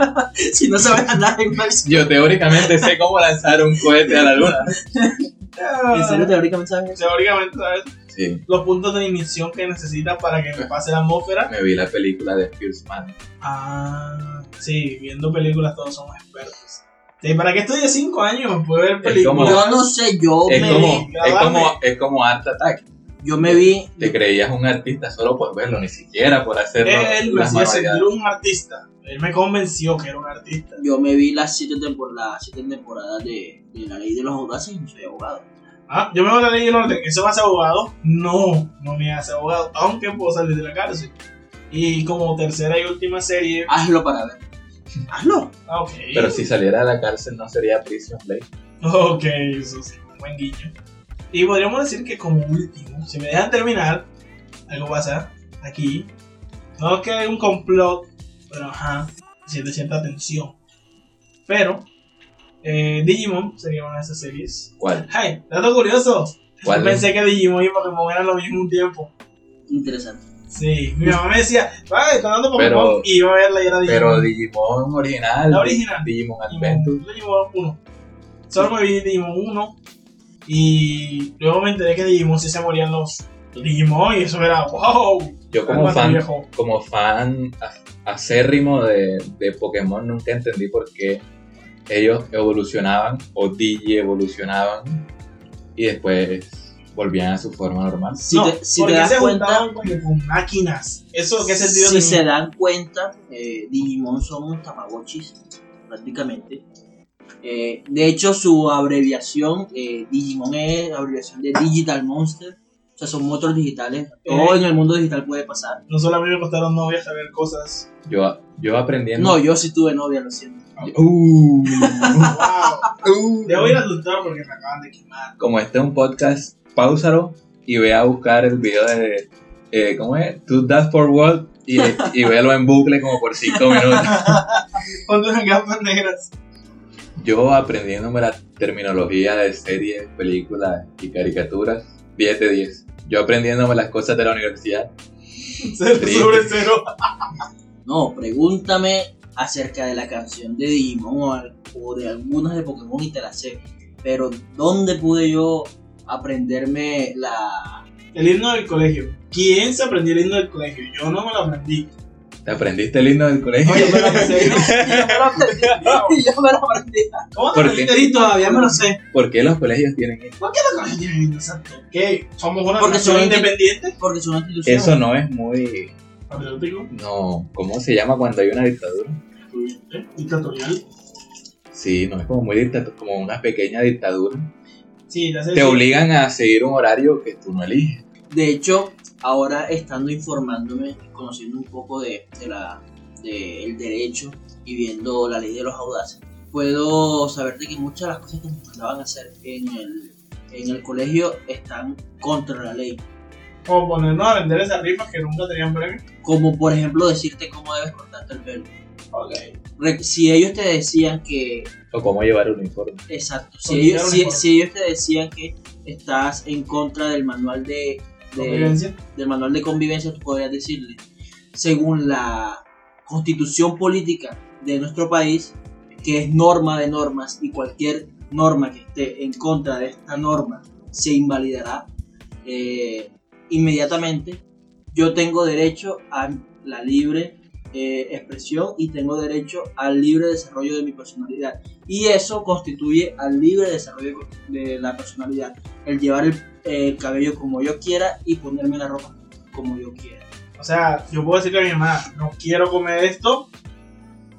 Speaker 3: si no sabes andar en una bici.
Speaker 2: Yo teóricamente sé cómo lanzar un cohete a la luna.
Speaker 3: ¿En serio teóricamente sabes eso?
Speaker 4: Teóricamente, ¿sabes?
Speaker 2: Sí,
Speaker 4: Los puntos de ignición que necesita para que pase la atmósfera.
Speaker 2: me vi la película de Pierce Man.
Speaker 4: Ah, sí, viendo películas todos somos expertos. Sí, ¿para qué estudié 5 años? Puedo ver
Speaker 2: como-
Speaker 4: películas.
Speaker 3: Yo no sé, yo
Speaker 2: Es
Speaker 3: me,
Speaker 2: como,
Speaker 4: Oh, vi,
Speaker 2: es, como,
Speaker 4: grabame.
Speaker 2: es como Art Attack.
Speaker 3: yo me vi.
Speaker 2: Te creías un artista solo por verlo, ni siquiera por hacer
Speaker 4: Él me
Speaker 2: las
Speaker 4: hacía sentir
Speaker 2: barbaridades.
Speaker 4: un artista. Él me convenció que era un artista.
Speaker 3: Yo me vi las siete, tempor- las siete temporadas de, de la ley de los audaces y no soy abogado.
Speaker 4: Ah, yo me voy a leer el orden. ¿Eso me hace abogado? No, no me hace abogado. Aunque puedo salir de la cárcel. Y como tercera y última serie.
Speaker 3: Hazlo para ver. Hazlo.
Speaker 4: Ah, ok.
Speaker 2: Pero si saliera de la cárcel no sería Prison Break.
Speaker 4: Ok, eso sí, un buen guiño. Y podríamos decir que como último, si me dejan terminar, algo pasa aquí. No es que hay un complot, pero ajá, siente cierta tensión. Pero, eh, Digimon sería una de esas series.
Speaker 2: ¿Cuál?
Speaker 4: ¡Hey! ¡Dato curioso!
Speaker 2: ¿Cuál?
Speaker 4: Pensé que Digimon y Pokémon eran lo mismo un tiempo.
Speaker 3: Interesante.
Speaker 4: Sí, mi mamá me decía, ¡Ay, está dando Pokémon!
Speaker 2: Pero-
Speaker 4: y iba a verla y era Digimon.
Speaker 2: Pero Digimon original.
Speaker 4: La original.
Speaker 2: Digimon Adventure.
Speaker 4: Digimon, Digimon 1. Solo me vi Digimon 1 y luego me enteré que Digimon sí se morían los los Digimon y eso era wow.
Speaker 2: Yo como
Speaker 4: ¿Cómo
Speaker 2: fan,
Speaker 4: viejo?
Speaker 2: como fan a- acérrimo de, de Pokémon nunca entendí por qué ellos evolucionaban o Digi evolucionaban y después volvían a su forma normal.
Speaker 3: Si
Speaker 4: no,
Speaker 3: te, si
Speaker 4: porque
Speaker 3: te das
Speaker 4: se
Speaker 3: cuenta,
Speaker 4: juntaban como con máquinas. Eso qué sentido
Speaker 3: si se
Speaker 4: tenía?
Speaker 3: dan cuenta, eh, Digimon son unos tamagotchis, prácticamente. Eh, de hecho, su abreviación, eh, Digimon es la abreviación de Digital Monster. O sea, son monstruos digitales. Todo
Speaker 4: Eh.
Speaker 3: en el mundo digital puede pasar.
Speaker 4: No solo a mí me costaron novias saber cosas.
Speaker 2: Yo, yo aprendiendo.
Speaker 3: No, yo sí tuve novia, lo siento.
Speaker 2: Uh,
Speaker 4: Wow.
Speaker 2: uh.
Speaker 4: Debo ir al doctor porque me acaban de quemar.
Speaker 2: Como este es un podcast, pausalo y ve a buscar el video de. eh, ¿Cómo es? To That for What y, y velo en bucle como por 5 minutos.
Speaker 4: Ponte unas gafas negras.
Speaker 2: Yo aprendiéndome la terminología de series, películas y caricaturas, 10 de 10. Yo aprendiéndome las cosas de la universidad,
Speaker 4: Cero
Speaker 2: Triste.
Speaker 4: sobre cero.
Speaker 3: No, pregúntame acerca de la canción de Digimon o, al- o de algunas de Pokémon y te la sé. Pero, ¿dónde pude yo aprenderme la.
Speaker 4: El himno del colegio. ¿Quién se aprendió el himno del colegio? Yo no me lo aprendí.
Speaker 2: te aprendiste el himno del colegio.
Speaker 4: Oye, pero en serio.
Speaker 3: yo me la aprendí.
Speaker 4: ¿Cómo te
Speaker 2: ¿Por
Speaker 4: aprendiste
Speaker 2: qué?
Speaker 4: el himno? Todavía me lo sé.
Speaker 2: ¿Por qué los colegios tienen himno?
Speaker 4: Exacto. ¿Qué? ¿Somos una
Speaker 3: Porque
Speaker 4: nación
Speaker 3: son-
Speaker 4: independiente?
Speaker 3: Porque es una institución.
Speaker 2: Eso no es muy...
Speaker 4: Patriótico.
Speaker 2: No, ¿cómo se llama cuando hay una dictadura?
Speaker 4: ¿eh? Dictatorial.
Speaker 2: Sí, no es como muy dictadura, como una pequeña dictadura.
Speaker 4: Sí, la
Speaker 2: Te obligan a seguir un horario que tú no eliges.
Speaker 3: De hecho, ahora estando informándome, conociendo un poco de, de la de el derecho y viendo la ley de los audaces, puedo saber de que muchas de las cosas que nos mandaban a hacer en el, en el colegio están contra la ley.
Speaker 4: O ponernos a vender esas rifas que nunca tenían premio.
Speaker 3: Como por ejemplo decirte cómo debes cortarte el pelo.
Speaker 4: Ok.
Speaker 3: Re- Si ellos te decían que
Speaker 2: O cómo llevar un uniforme.
Speaker 3: Exacto. Si
Speaker 4: Considerar
Speaker 3: ellos,
Speaker 4: un
Speaker 3: si,
Speaker 4: informe.
Speaker 3: si ellos te decían que estás en contra del manual de, de-
Speaker 4: Convivencia.
Speaker 3: del manual de convivencia, tú podrías decirle, según la constitución política de nuestro país, que es norma de normas y cualquier norma que esté en contra de esta norma se invalidará eh, inmediatamente. Yo tengo derecho a la libre eh, expresión y tengo derecho al libre desarrollo de mi personalidad. Y eso constituye al libre desarrollo de la personalidad. El llevar el, el eh, cabello como yo quiera y ponerme la ropa como yo quiera.
Speaker 4: O sea, yo puedo decirle a mi mamá, no quiero comer esto.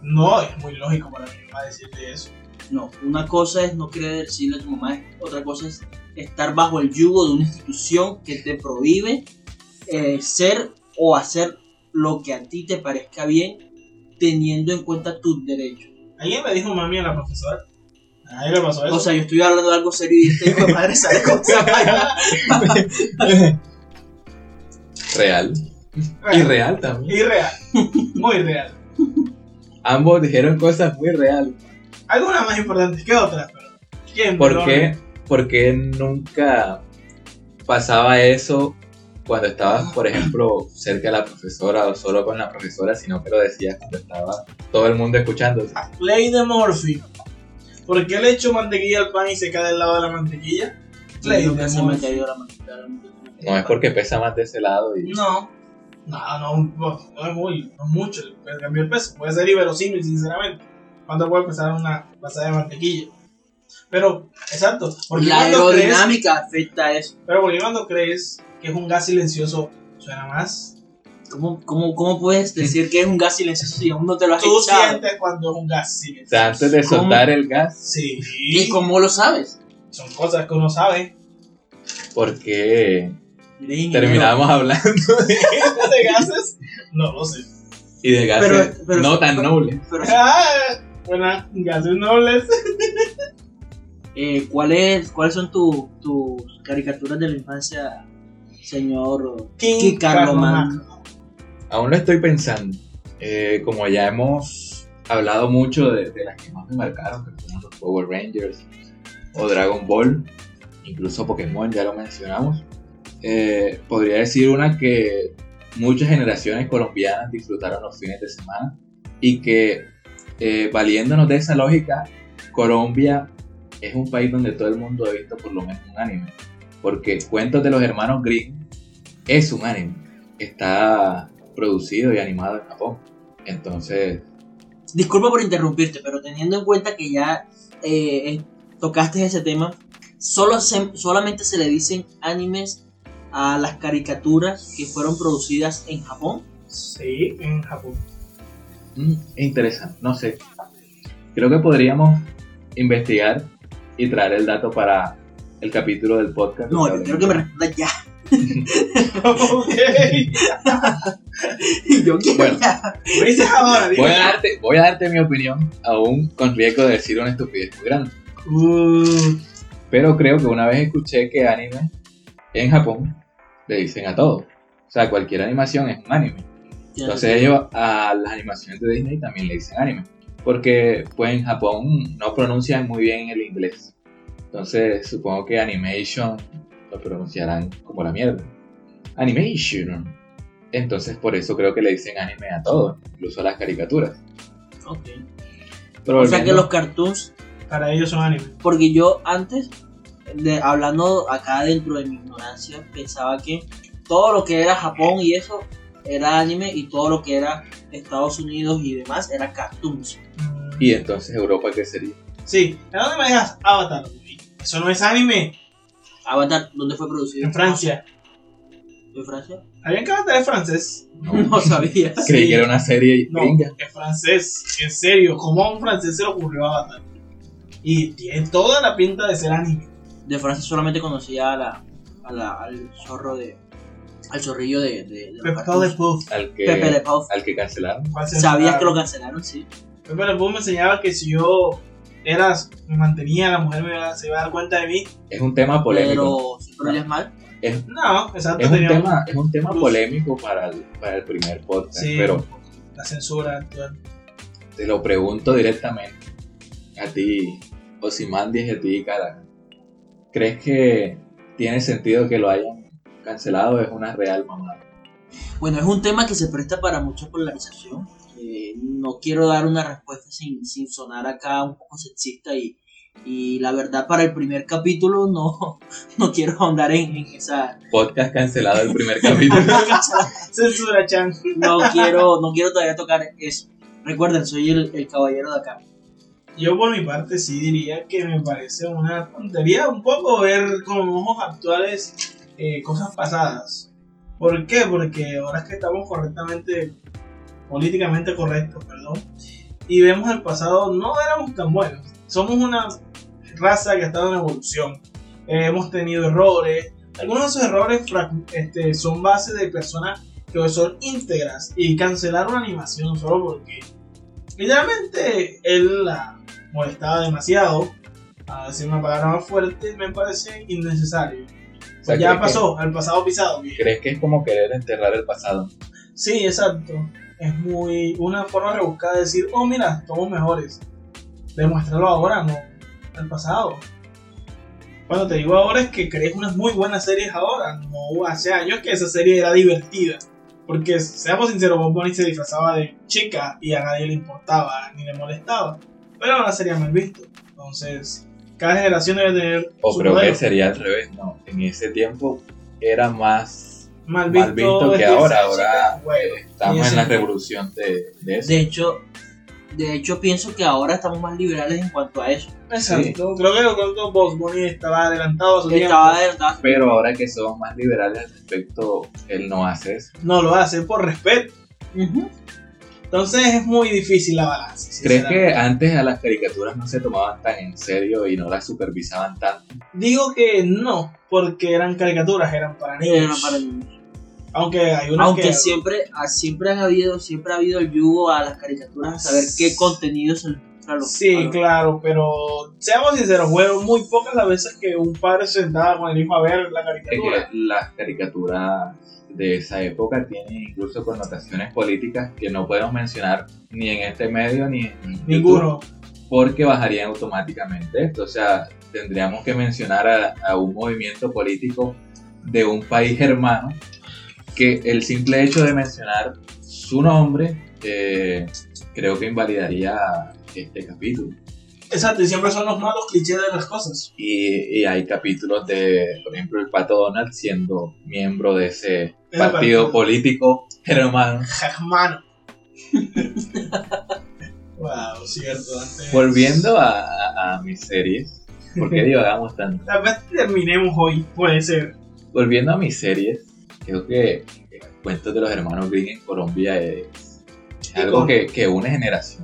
Speaker 4: No, es muy lógico para mi mamá decirle eso.
Speaker 3: No, una cosa es no querer decirle a tu mamá, otra cosa es estar bajo el yugo de una institución que te prohíbe eh, ser o hacer lo que a ti te parezca bien teniendo en cuenta tus derechos.
Speaker 4: ¿Alguien le dijo mami a la profesora? ¿A nadie le pasó eso?
Speaker 3: O sea, yo estoy hablando de algo serio y este hijo de madre sale con esa vaina.
Speaker 2: Real. Irreal también.
Speaker 4: Irreal. Muy real.
Speaker 2: Ambos dijeron cosas muy reales.
Speaker 4: Algunas más importantes que otras, pero. ¿Quién?
Speaker 2: ¿Por qué, por qué nunca pasaba eso cuando estabas, por ejemplo, cerca de la profesora o solo con la profesora, sino que lo decías cuando estaba todo el mundo escuchando?
Speaker 4: Ley de Murphy. ¿Por qué le echo mantequilla al pan y se cae del lado de la mantequilla? Ley
Speaker 3: Nunca
Speaker 4: de
Speaker 3: se me ha
Speaker 4: Murphy.
Speaker 3: caído la mano.
Speaker 2: No es porque pesa más de ese lado y
Speaker 4: No. No, no, no, no es muy, no es mucho. Le cambió el peso. Puede ser iberosímil, sinceramente. ¿Cuánto puede pesar una pasada de mantequilla? Pero, exacto. Porque
Speaker 3: La
Speaker 4: cuando crees,
Speaker 3: aerodinámica afecta a eso.
Speaker 4: pero porque cuando crees que es un gas silencioso, suena más.
Speaker 3: ¿Cómo, cómo, cómo puedes decir que es un gas silencioso si aún no te lo has
Speaker 4: Tú
Speaker 3: echado?
Speaker 4: sientes cuando es un gas silencio.
Speaker 2: O sea, antes de
Speaker 3: ¿Cómo?
Speaker 2: soltar el gas,
Speaker 4: Sí.
Speaker 3: ¿Y cómo lo sabes?
Speaker 4: Son cosas que uno sabe.
Speaker 2: porque
Speaker 3: Eres ingeniero.
Speaker 2: terminamos hablando
Speaker 4: ¿De gases? No lo sé.
Speaker 2: y de gases
Speaker 3: Pero- pero-
Speaker 2: no tan nobles.
Speaker 3: Pero,
Speaker 4: Ah, bueno, gases nobles.
Speaker 3: eh, ¿cuál es- ¿Cuáles son tu- tus caricaturas de la infancia, señor? King Carloman.
Speaker 2: Aún lo estoy pensando. Eh, como ya hemos hablado mucho de, de las que más me marcaron, que fueron los Power Rangers o Dragon Ball, incluso Pokémon, ya lo mencionamos. Eh, podría decir una que muchas generaciones colombianas disfrutaron los fines de semana y que, eh, valiéndonos de esa lógica, Colombia es un país donde todo el mundo ha visto por lo menos un anime. Porque Cuentos de los Hermanos Grimm es un anime. Está producido y animado en Japón. Entonces,
Speaker 3: Disculpa por interrumpirte, pero teniendo en cuenta que ya eh, eh, tocaste ese tema, solo se- solamente se le dicen animes a las caricaturas que fueron producidas en Japón.
Speaker 4: Sí, en Japón.
Speaker 2: mm, es interesante. No sé. Creo que podríamos investigar y traer el dato para el capítulo del podcast.
Speaker 3: No, yo quiero que me respondas ya.
Speaker 4: ok.
Speaker 3: yo quiero
Speaker 2: Bueno.
Speaker 3: ya.
Speaker 4: Lo dices ahora, digo.
Speaker 2: Voy a, darte, voy a darte mi opinión, aún con riesgo de decir una estupidez muy grande.
Speaker 4: Uh,
Speaker 2: Pero creo que una vez escuché que anime en Japón le dicen a todo. O sea, cualquier animación es un anime. Entonces ellos a las animaciones de Disney también le dicen anime. Porque pues en Japón no pronuncian muy bien el inglés. Entonces supongo que animation lo pronunciarán como la mierda. Animation. Entonces por eso creo que le dicen anime a todo, incluso a las caricaturas.
Speaker 3: Ok.
Speaker 2: Pero
Speaker 3: O sea que
Speaker 2: volviendo-
Speaker 3: los cartoons
Speaker 4: para ellos son anime.
Speaker 3: Porque yo antes, de- hablando acá dentro de mi ignorancia, pensaba que todo lo que era Japón y eso era anime y todo lo que era Estados Unidos y demás era cartoons.
Speaker 2: Y entonces Europa qué sería.
Speaker 4: Sí, ¿a dónde me dejas? Avatar. Eso no es anime.
Speaker 3: Avatar, ¿dónde fue producido?
Speaker 4: En Francia.
Speaker 3: ¿En Francia?
Speaker 4: ¿Habían que Avatar es francés?
Speaker 2: No,
Speaker 3: No sabía.
Speaker 2: Creí
Speaker 4: sí.
Speaker 2: que era una serie
Speaker 4: No,
Speaker 2: gringa.
Speaker 4: es francés. En serio, ¿cómo a un francés se le ocurrió Avatar? Y tiene toda la pinta de ser anime.
Speaker 3: De Francia solamente conocía a la, a la- al zorro de. al zorrillo de. de, de los
Speaker 4: Pepe
Speaker 3: cartoons.
Speaker 4: Le Pew.
Speaker 2: Al que,
Speaker 3: Pepe Le Pew.
Speaker 2: al que cancelaron.
Speaker 4: ¿Cuál será?
Speaker 3: Sabías que lo cancelaron, sí.
Speaker 4: Pepe Le Pew me enseñaba que si yo era, me mantenía, la mujer me iba- se iba a dar cuenta de mí.
Speaker 2: Es un tema polémico.
Speaker 3: Pero siempre olías mal.
Speaker 2: Es,
Speaker 4: No, pues, exacto.
Speaker 2: es un
Speaker 4: tenía-
Speaker 2: tema, es un tema
Speaker 4: Plus.
Speaker 2: polémico para el, para el primer podcast.
Speaker 4: Sí,
Speaker 2: Pero
Speaker 4: la censura actual.
Speaker 2: te lo pregunto directamente a ti, Ozymandias y a ti, Cara. ¿Crees que tiene sentido que lo hayan cancelado? ¿Es una real mamada?
Speaker 3: Bueno, es un tema que se presta para mucha polarización. Eh, no quiero dar una respuesta sin, sin sonar acá un poco sexista y, y la verdad para el primer capítulo no, no quiero ahondar en, en esa...
Speaker 2: Podcast cancelado el primer capítulo.
Speaker 4: Censura, Chan.
Speaker 3: No quiero, no quiero todavía tocar eso. Recuerden, soy el, el caballero de acá.
Speaker 4: Yo por mi parte sí diría que me parece una tontería un poco ver con ojos actuales eh, cosas pasadas. ¿Por qué? Porque ahora es que estamos correctamente, políticamente correctos, perdón, y vemos el pasado, no éramos tan buenos. Somos una raza que ha estado en evolución. Eh, hemos tenido errores. Algunos de esos errores fra- este, son base de personas que son íntegras y cancelar una animación solo porque Literalmente, él la molestaba demasiado. A decir una palabra más fuerte, me parece innecesario. Pues
Speaker 2: O sea,
Speaker 4: ya
Speaker 2: ¿crees
Speaker 4: pasó, al pasado pisado.
Speaker 2: que- ¿Crees que es como querer enterrar el pasado?
Speaker 4: Sí, exacto. Es muy una forma rebuscada de decir, oh, mira, somos mejores. Demuéstralo ahora, no al pasado. Cuando te digo ahora es que crees unas muy buenas series ahora, no hace años que esa serie era divertida. Porque, seamos sinceros, Bob Bunny se disfrazaba de chica y a nadie le importaba ni le molestaba. Pero ahora sería mal visto. Entonces, cada generación debe tener
Speaker 2: O
Speaker 4: su
Speaker 2: creo
Speaker 4: modelo.
Speaker 2: que sería al revés, ¿no? En ese tiempo era más...
Speaker 4: mal visto,
Speaker 2: mal visto que
Speaker 4: vestirse de
Speaker 2: ahora, ahora
Speaker 4: chica, bueno.
Speaker 2: Estamos
Speaker 4: ese
Speaker 2: en la
Speaker 4: fue.
Speaker 2: revolución de, de eso.
Speaker 3: De hecho, de hecho pienso que ahora estamos más liberales en cuanto a eso.
Speaker 4: Exacto. Creo que lo pronto Box Bunny estaba adelantado a su tiempo.
Speaker 3: Estaba adelantado.
Speaker 2: Pero ahora que somos más liberales al respecto, él no hace eso.
Speaker 4: No lo hace por respeto.
Speaker 3: Ujú.
Speaker 4: Entonces es muy difícil la balanza.
Speaker 2: ¿Crees
Speaker 4: sinceramente.
Speaker 2: que antes a las caricaturas no se tomaban tan en serio y no las supervisaban tanto?
Speaker 4: Digo que no, porque eran caricaturas, eran para niños.
Speaker 3: Era para niños.
Speaker 4: Aunque hay unas
Speaker 3: Aunque
Speaker 4: que...
Speaker 3: siempre, ah, siempre han habido, siempre ha habido el yugo a las caricaturas a saber qué contenido se les muestra a los
Speaker 4: Sí,
Speaker 3: a los-
Speaker 4: claro, pero seamos sinceros, fueron muy pocas las veces que un padre se sentaba con el hijo a ver la
Speaker 2: Es
Speaker 4: caricatura.
Speaker 2: que las caricaturas de esa época tienen incluso connotaciones políticas que no podemos mencionar ni en este medio ni en YouTube,
Speaker 4: Ninguno.
Speaker 2: porque bajarían automáticamente esto. O sea, tendríamos que mencionar a, a un movimiento político de un país hermano que el simple hecho de mencionar su nombre eh, creo que invalidaría este capítulo.
Speaker 4: Exacto, y siempre son los malos clichés de las cosas.
Speaker 2: y, y hay capítulos de, por ejemplo, el Pato Donald siendo miembro de ese
Speaker 4: Ese
Speaker 2: partido,
Speaker 4: partido.
Speaker 2: político hermano.
Speaker 4: Hermano. wow, cierto. antes-
Speaker 2: Volviendo a, a- a mis series, ¿por qué divagamos tanto?
Speaker 4: Tal vez terminemos hoy, puede ser.
Speaker 2: Volviendo a mis series, creo que Cuentos de los Hermanos Green en Colombia es algo que, que une generación.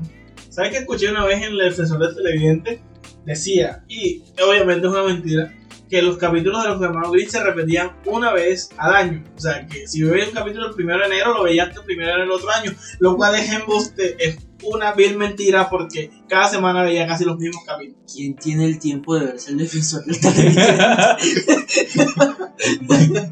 Speaker 4: ¿Sabes que escuché una vez en el defensor del televidente? Decía, y obviamente es una mentira, que los capítulos de los hermanos Grimm se repetían una vez al año. O sea, que si yo veía un capítulo el primero de enero, lo veía hasta el primero del otro año. Lo cual es embuste, es una vil mentira porque cada semana veía casi los mismos capítulos.
Speaker 3: ¿Quién tiene el tiempo de verse el defensor del televidente?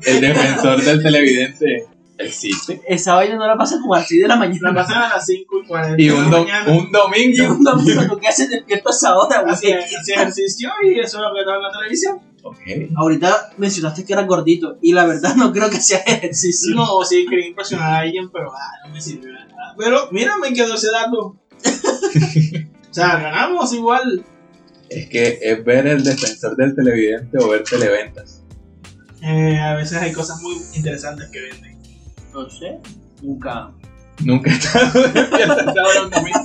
Speaker 2: El defensor del televidente existe.
Speaker 3: Esa vaina no la pasa como así de la mañana.
Speaker 4: La pasaban a las 5 y 40
Speaker 2: Y un,
Speaker 4: de
Speaker 2: do-
Speaker 4: la mañana.
Speaker 2: un domingo.
Speaker 3: Un domingo, ¿tú qué haces despierto a esa hora, güey?
Speaker 4: Hacía hacía ejercicio y eso lo que estaba en la televisión.
Speaker 2: Ok.
Speaker 3: Ahorita mencionaste que eras gordito y la verdad no creo que sea ejercicio.
Speaker 4: No, sí, quería impresionar a alguien, pero ah, no me sirvió de nada. Pero mira, me quedó ese dato. o sea, ganamos igual.
Speaker 2: Es que es ver el defensor del televidente o ver televentas.
Speaker 4: Eh, a veces hay cosas muy interesantes que venden.
Speaker 3: No sé, nunca.
Speaker 2: Nunca he estado despierto hasta ahora un domingo.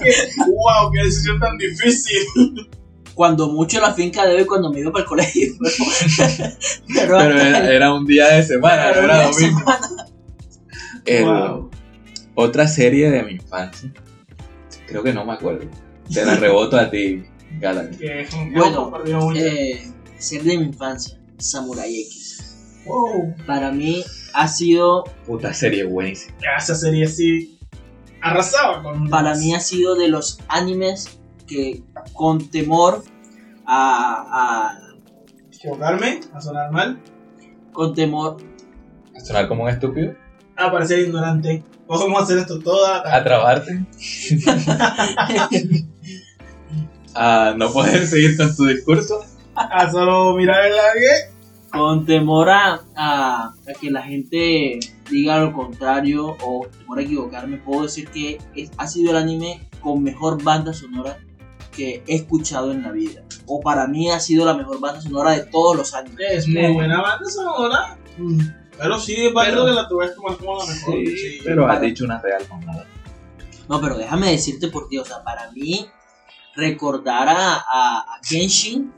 Speaker 4: ¡Wow! ¡Qué decisión tan difícil!
Speaker 3: Cuando mucho la finca debe cuando me iba para el colegio. Pero,
Speaker 2: Pero era, era un día de semana, no era
Speaker 3: Esa
Speaker 2: domingo. El-
Speaker 4: Wow.
Speaker 2: Otra serie de mi infancia. Creo que no me acuerdo. Te la reboto a ti, Galán.
Speaker 4: Que es un
Speaker 3: Bueno,
Speaker 4: compartido mucho.
Speaker 3: eh, ser de mi infancia, Samurai X.
Speaker 4: ¡Wow!
Speaker 3: Para mí ha sido,
Speaker 2: Puta serie buenísima.
Speaker 4: Esa serie sí arrasaba con.
Speaker 3: para mí ha sido de los animes que con temor a,
Speaker 4: Equivocarme, a sonar mal,
Speaker 3: a- con temor
Speaker 2: A sonar como un estúpido.
Speaker 4: a parecer ignorante. Podemos hacer esto toda.
Speaker 2: A trabarte. A no poder seguir con tu discurso.
Speaker 4: A solo mirar el aire.
Speaker 3: con temor a, a- a que la gente diga lo contrario o temor a equivocarme, puedo decir que es- ha sido el anime con mejor banda sonora que he escuchado en la vida. O para mí ha sido la mejor banda sonora de todos los animes.
Speaker 4: Es muy buena banda sonora.
Speaker 3: Mm.
Speaker 4: Pero sí, es válido que la tuviste como como la mejor. sí.
Speaker 2: pero has dicho una real mamada.
Speaker 3: No, pero déjame decirte por ti, o sea, para mí recordar a, a- a Kenshin,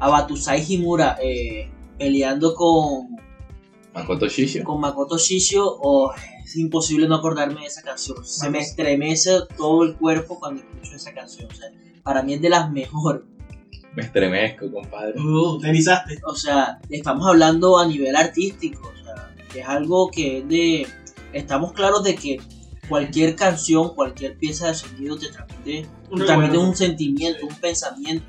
Speaker 3: a Batusai Himura eh, peleando con,
Speaker 2: Makoto Shisho.
Speaker 3: con Makoto Shishio, o es imposible no acordarme de esa canción. Se me estremece todo el cuerpo cuando escucho esa canción. O sea, para mí es de las mejores.
Speaker 2: Me estremezco, compadre.
Speaker 4: Uh, te erizaste.
Speaker 3: O sea, estamos hablando a nivel artístico. O sea, es algo que es de. Estamos claros de que cualquier canción, cualquier pieza de sonido te transmite, te transmite un sentimiento, un pensamiento,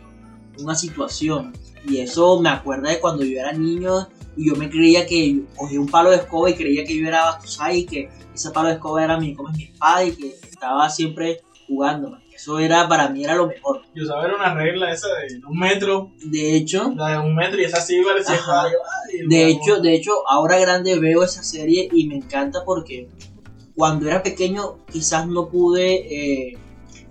Speaker 3: una situación. Y eso me acuerda de cuando yo era niño y yo me creía que cogía un palo de escoba y creía que yo era Batusai y que ese palo de escoba era mi, como es mi espada y que estaba siempre jugando. Eso era para mí era lo mejor.
Speaker 4: Yo sabía una regla esa de un metro,
Speaker 3: De hecho,
Speaker 4: la de un metro y esa sí parecía
Speaker 3: Ajá.
Speaker 4: que- ay,
Speaker 3: De
Speaker 4: wow.
Speaker 3: hecho, de hecho, ahora grande veo esa serie y me encanta porque cuando era pequeño quizás no pude eh,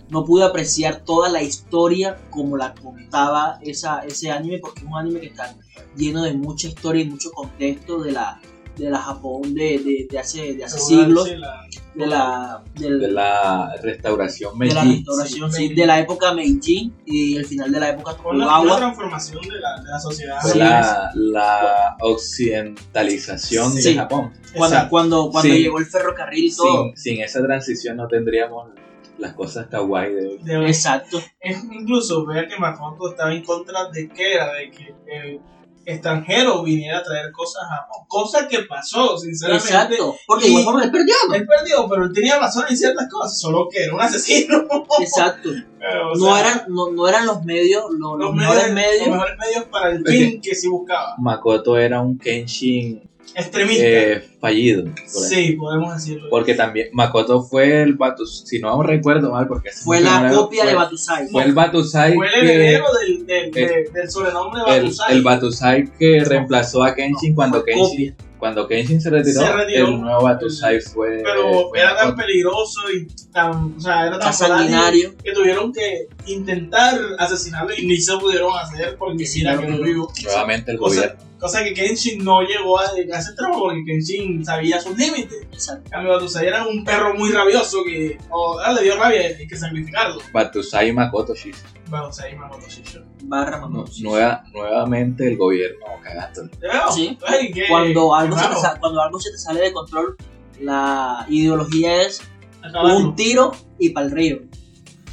Speaker 3: no pude apreciar toda la historia como la contaba esa, ese anime porque es un anime que está lleno de mucha historia y mucho contexto de la de la Japón de, de, de hace, de hace
Speaker 4: Según
Speaker 3: siglos,
Speaker 4: sí, la-
Speaker 3: de la, del-
Speaker 2: de la restauración
Speaker 3: de la
Speaker 2: Meiji.
Speaker 3: restauración,
Speaker 4: sí,
Speaker 3: sí, de la época Meiji y el final de la época
Speaker 4: fue la, fue la
Speaker 3: Tokugawa.
Speaker 4: transformación de la, de la sociedad.
Speaker 2: Fue
Speaker 3: Sí.
Speaker 2: la, la occidentalización de
Speaker 3: Sí.
Speaker 2: Japón.
Speaker 3: Cuando,
Speaker 4: Exacto.
Speaker 3: cuando, cuando
Speaker 2: Sí.
Speaker 3: llegó el ferrocarril y todo.
Speaker 2: Sin, sin esa transición no tendríamos las cosas kawaii de hoy.
Speaker 4: De-
Speaker 3: Exacto.
Speaker 4: es incluso ver que Makoto estaba en contra de que era, de que el extranjero viniera a traer cosas a Japón, cosa que pasó, sinceramente.
Speaker 3: Exacto. Porque
Speaker 4: Y-
Speaker 3: igual forma él perdió. ¿no?
Speaker 4: Él perdió, pero él tenía razón en ciertas cosas, solo que era un asesino.
Speaker 3: Exacto.
Speaker 4: Pero, o
Speaker 3: No
Speaker 4: sea,
Speaker 3: eran, no, no eran los medios, los, los
Speaker 4: los
Speaker 3: mejores
Speaker 4: medios,
Speaker 3: medios.
Speaker 4: los mejores medios para el
Speaker 2: Ok.
Speaker 4: fin que sí buscaba.
Speaker 2: Makoto era un Kenshin
Speaker 4: Extremista.
Speaker 2: eh, fallido. por ahí.
Speaker 4: sí, podemos decirlo.
Speaker 2: Porque también Makoto fue el Batus, si no recuerdo mal, porque hace
Speaker 3: Fue
Speaker 2: mucho no
Speaker 3: la
Speaker 2: era-
Speaker 3: copia
Speaker 2: fue-
Speaker 3: de Batusai.
Speaker 2: Fue el Batusai
Speaker 4: Fue el
Speaker 2: que-
Speaker 4: heredero del, del, del- del sobrenombre de
Speaker 2: el,
Speaker 4: Batusai.
Speaker 2: el Batusai que reemplazó a Kenshin cuando
Speaker 3: fue
Speaker 2: Kenshin cuando Kenshin se retiró,
Speaker 4: Se retiró.
Speaker 2: el nuevo Batusai fue
Speaker 4: pero
Speaker 2: fue
Speaker 4: era tan
Speaker 2: Makoto.
Speaker 4: peligroso y tan, o sea, era tan
Speaker 3: Tan
Speaker 4: fatal
Speaker 3: sanguinario.
Speaker 4: que tuvieron que intentar asesinarlo y ni se pudieron hacer porque
Speaker 3: Sí,
Speaker 4: mira que
Speaker 3: claro.
Speaker 4: no vivo.
Speaker 2: nuevamente el
Speaker 4: O sea,
Speaker 2: gobierno
Speaker 4: cosa que Kenshin no llegó a a ese tramo porque Kenshin sabía sus límites.
Speaker 3: Exacto.
Speaker 4: En cambio, Batusai era un perro muy rabioso que o, ah, le dio rabia y hay que sacrificarlo.
Speaker 2: Batusai y Makoto Shishi.
Speaker 4: Batusai Mamoto Shisho.
Speaker 3: Barra
Speaker 2: Nu-
Speaker 3: Mamoru.
Speaker 2: nueva- nuevamente el gobierno cagando.
Speaker 4: ¿Te veo?
Speaker 3: Sí.
Speaker 4: Ay, qué-
Speaker 3: Cuando
Speaker 4: qué
Speaker 3: algo, se te
Speaker 4: raro.
Speaker 3: sa- cuando algo se te sale de control, la ideología es
Speaker 4: Acabarlo.
Speaker 3: un tiro y pa'l río.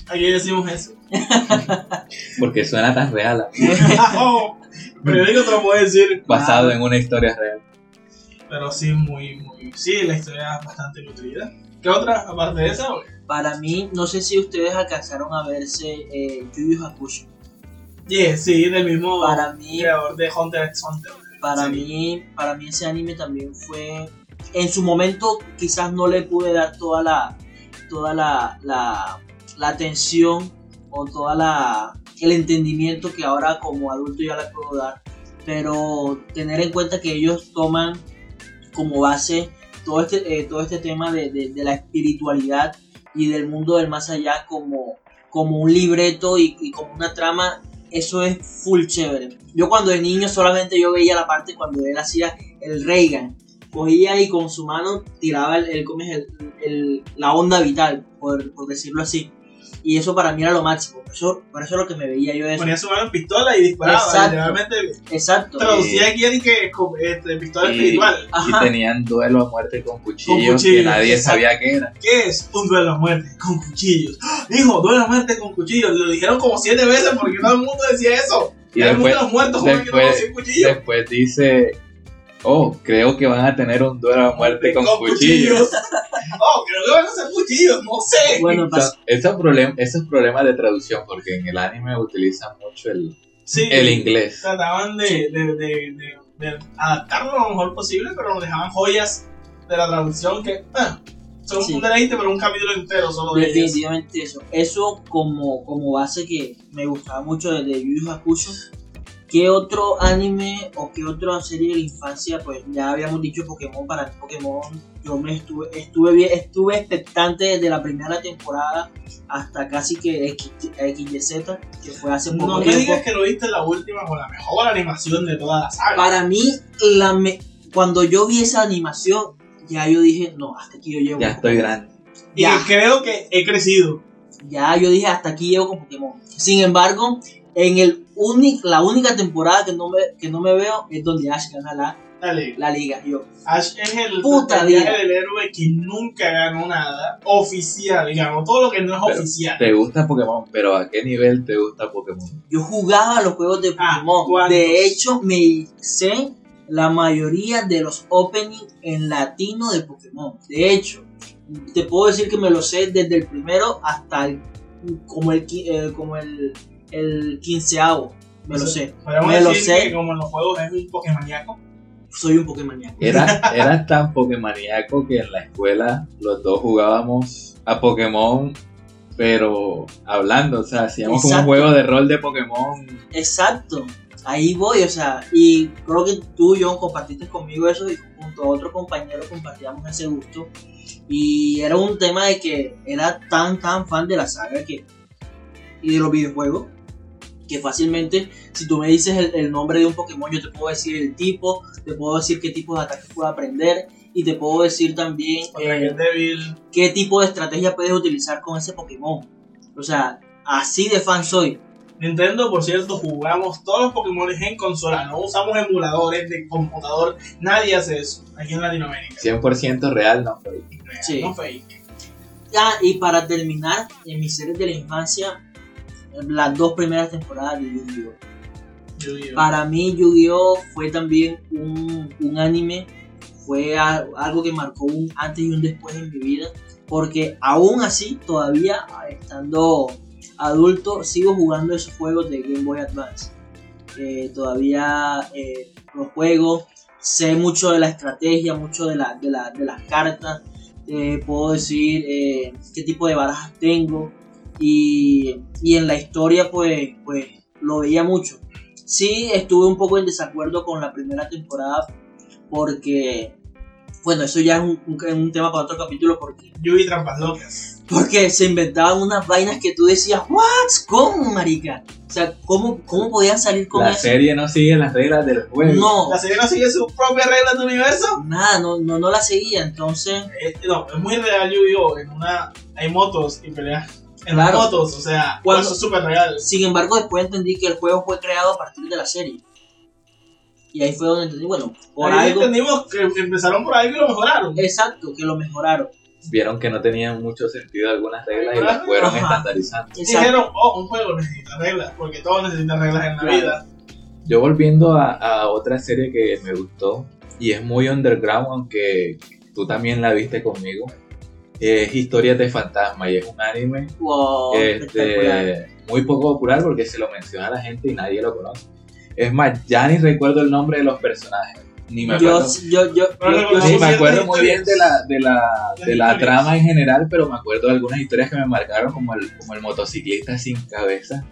Speaker 4: Aquí decimos eso.
Speaker 2: Porque suena tan real,
Speaker 4: Oh, Pero digo, te lo puedo decir.
Speaker 2: basado en una historia real.
Speaker 4: Pero sí, muy, muy. Sí, la historia es bastante nutrida. ¿Qué otra, aparte de esa? güey?
Speaker 3: Para mí, no sé si ustedes alcanzaron a verse eh, Yu Yu Hakusho.
Speaker 4: Yeah, sí, del mismo
Speaker 3: Para mí,
Speaker 4: creador de Hunter x Hunter.
Speaker 3: para
Speaker 4: Sí.
Speaker 3: mí, para mí ese anime también fue. En su momento, quizás no le pude dar toda la, toda la, la, la atención o toda la el entendimiento que ahora como adulto ya la puedo dar. Pero tener en cuenta que ellos toman como base todo este, eh, todo este tema de, de- de la espiritualidad y del mundo del más allá como, como un libreto y, y como una trama, eso es full chévere. Yo cuando de niño solamente yo veía la parte cuando él hacía el Reagan. Cogía y con su mano tiraba el, el- ¿cómo es? el- el- la onda vital, por, por decirlo así. Y eso para mí era lo máximo. Eso, por eso es lo que me veía yo de eso.
Speaker 4: Ponía su mano en pistola y disparaba.
Speaker 3: Exacto.
Speaker 4: Literalmente
Speaker 3: Exacto.
Speaker 4: traducía aquí en que co- este, pistola
Speaker 2: Y-
Speaker 4: espiritual.
Speaker 3: Ajá.
Speaker 2: Y tenían duelo a muerte con cuchillos que
Speaker 4: cuchillos,
Speaker 2: nadie
Speaker 4: exacto.
Speaker 2: sabía que era.
Speaker 4: ¿Qué es un duelo a muerte con cuchillos? ¡Ah! Dijo, duelo a muerte con cuchillos. Lo dijeron como siete veces porque todo el mundo decía eso.
Speaker 2: Y
Speaker 4: Era el mundo
Speaker 2: después,
Speaker 4: de los muertos jugando
Speaker 2: después-
Speaker 4: con cuchillos.
Speaker 2: después dice, oh, creo que van a tener un duelo a muerte con, cuchillos.
Speaker 4: oh, creo que van a ser cuchillos, no sé.
Speaker 3: Bueno,
Speaker 2: O sea,
Speaker 3: pas-
Speaker 2: esos, problem- esos problemas de traducción, porque en el anime utilizan mucho el,
Speaker 4: Sí.
Speaker 2: el inglés.
Speaker 4: trataban de, de, de- de- de adaptarlo lo mejor posible, pero nos dejaban joyas de la traducción que ah, son
Speaker 3: Sí.
Speaker 4: un deleite, pero un capítulo entero solo de ellas.
Speaker 3: definitivamente eso. Eso como, como base que me gustaba mucho de de Yu Yu Hakusho. ¿Qué otro anime o qué otra serie de la infancia? Pues ya habíamos dicho Pokémon para mí Pokémon. Yo me estuve, estuve bien, estuve expectante desde la primera temporada hasta casi que X- XYZ, que fue hace poco
Speaker 4: No me
Speaker 3: tiempo.
Speaker 4: digas que lo viste la última con la mejor animación de toda la saga.
Speaker 3: Para mí, la me- cuando yo vi esa animación, ya yo dije, no, hasta aquí yo llego.
Speaker 2: Ya estoy grande.
Speaker 4: y
Speaker 3: ya.
Speaker 4: que creo que he crecido.
Speaker 3: Ya yo dije, hasta aquí llego con Pokémon. Sin embargo, en el uni- la única temporada que no, me, que no me veo es donde Ash gana la,
Speaker 4: Dale,
Speaker 3: la liga. Yo,
Speaker 4: Ash es el
Speaker 3: Puta
Speaker 4: personaje
Speaker 3: vida.
Speaker 4: del héroe que nunca ganó nada oficial, ganó todo lo que no es
Speaker 2: Pero-
Speaker 4: oficial.
Speaker 2: Te gusta Pokémon, pero ¿a qué nivel te gusta Pokémon?
Speaker 3: yo jugaba los juegos de
Speaker 4: Ah,
Speaker 3: Pokémon.
Speaker 4: ¿cuántos?
Speaker 3: de hecho, me hice la mayoría de los openings en latino de Pokémon. De hecho, te puedo decir que me lo sé desde el primero hasta el, como el, qui- eh, como el, el quinceavo. Me lo sé.
Speaker 4: Podemos
Speaker 3: me lo
Speaker 4: decir
Speaker 3: sé.
Speaker 4: que como en los juegos es un Pokémoníaco.
Speaker 3: Soy un Pokémoniaco.
Speaker 2: Era, era tan Pokémoníaco que en la escuela los dos jugábamos a Pokémon, pero hablando, o sea, hacíamos como un
Speaker 3: Exacto.
Speaker 2: juego de rol de Pokémon.
Speaker 3: Exacto, ahí voy, o sea, y creo que tú, John, compartiste conmigo eso y junto a otro compañero compartíamos ese gusto. Y era un tema de que era tan, tan fan de la saga que, y de los videojuegos, que fácilmente, si tú me dices el, el nombre de un Pokémon, yo te puedo decir el tipo, te puedo decir qué tipo de ataques puedo aprender y te puedo decir también
Speaker 4: Contra
Speaker 3: eh,
Speaker 4: que es débil.
Speaker 3: qué tipo de estrategia puedes utilizar con ese Pokémon. O sea, así de fan soy.
Speaker 4: Nintendo, por cierto, jugamos todos los Pokémon en consola. No usamos emuladores de computador. Nadie hace eso aquí en Latinoamérica.
Speaker 2: 100% real, no fue.
Speaker 3: Sí.
Speaker 4: No fake.
Speaker 3: Ah, y para terminar, en mis series de la infancia, las dos primeras temporadas de Yu-Gi-Oh!
Speaker 4: Yo digo.
Speaker 3: Para mí, Yu-Gi-Oh! fue también un, un anime, fue a- algo que marcó un antes y un después en mi vida, porque aún así, todavía ah, estando adulto, sigo jugando esos juegos de Game Boy Advance. Eh, todavía eh, los juego, sé mucho de la estrategia, mucho de, la- de la- de las cartas, eh, puedo decir eh, qué tipo de barajas tengo y, y en la historia pues, pues lo veía mucho. Sí, estuve un poco en desacuerdo con la primera temporada porque, bueno, eso ya es un, un- un tema para otro capítulo porque,
Speaker 4: Yugi Trampas Locas.
Speaker 3: porque se inventaban unas vainas que tú decías, ¿what? ¿Cómo, marica? O sea, ¿cómo, cómo podían salir con
Speaker 2: La
Speaker 3: eso?
Speaker 2: serie no sigue las reglas del juego.
Speaker 3: No,
Speaker 4: ¿La serie no sigue sus propias reglas de universo?
Speaker 3: nada, no, no, no la seguía, entonces...
Speaker 4: Eh, no, es muy real Yu-Gi-Oh! En una. Hay motos y peleas. En las
Speaker 3: Claro.
Speaker 4: motos, o sea,
Speaker 3: Cuando-
Speaker 4: eso es súper real.
Speaker 3: Sin embargo, después entendí que el juego fue creado a partir de la serie. Y ahí fue donde entendí, bueno, por
Speaker 4: Ahí
Speaker 3: algo.
Speaker 4: entendimos que empezaron por algo y lo mejoraron.
Speaker 3: Exacto, que lo mejoraron.
Speaker 2: Vieron que no tenían mucho sentido algunas reglas y
Speaker 4: Ajá.
Speaker 2: las fueron estandarizando.
Speaker 3: Exacto.
Speaker 4: Dijeron, oh, un juego necesita reglas, porque todos necesitan reglas en la
Speaker 3: Claro.
Speaker 4: vida.
Speaker 2: Yo volviendo a, a otra serie que me gustó y es muy underground, aunque tú también la viste conmigo, es Historias de Fantasma y es un anime
Speaker 3: Wow, oh, espectacular.
Speaker 2: este, muy poco popular porque se lo menciona a la gente y nadie lo conoce. Es más, ya ni recuerdo el nombre de los personajes, ni me
Speaker 3: Yo,
Speaker 2: acuerdo.
Speaker 3: yo, yo,
Speaker 4: No, no,
Speaker 3: yo- yo-
Speaker 4: no,
Speaker 2: Sí,
Speaker 4: no,
Speaker 2: me
Speaker 4: ciertas
Speaker 2: acuerdo muy bien
Speaker 4: historias.
Speaker 2: de la, de la,
Speaker 4: Las
Speaker 2: de la
Speaker 4: historias.
Speaker 2: trama en general, pero me acuerdo de algunas historias que me marcaron, como el, como el motociclista sin cabeza.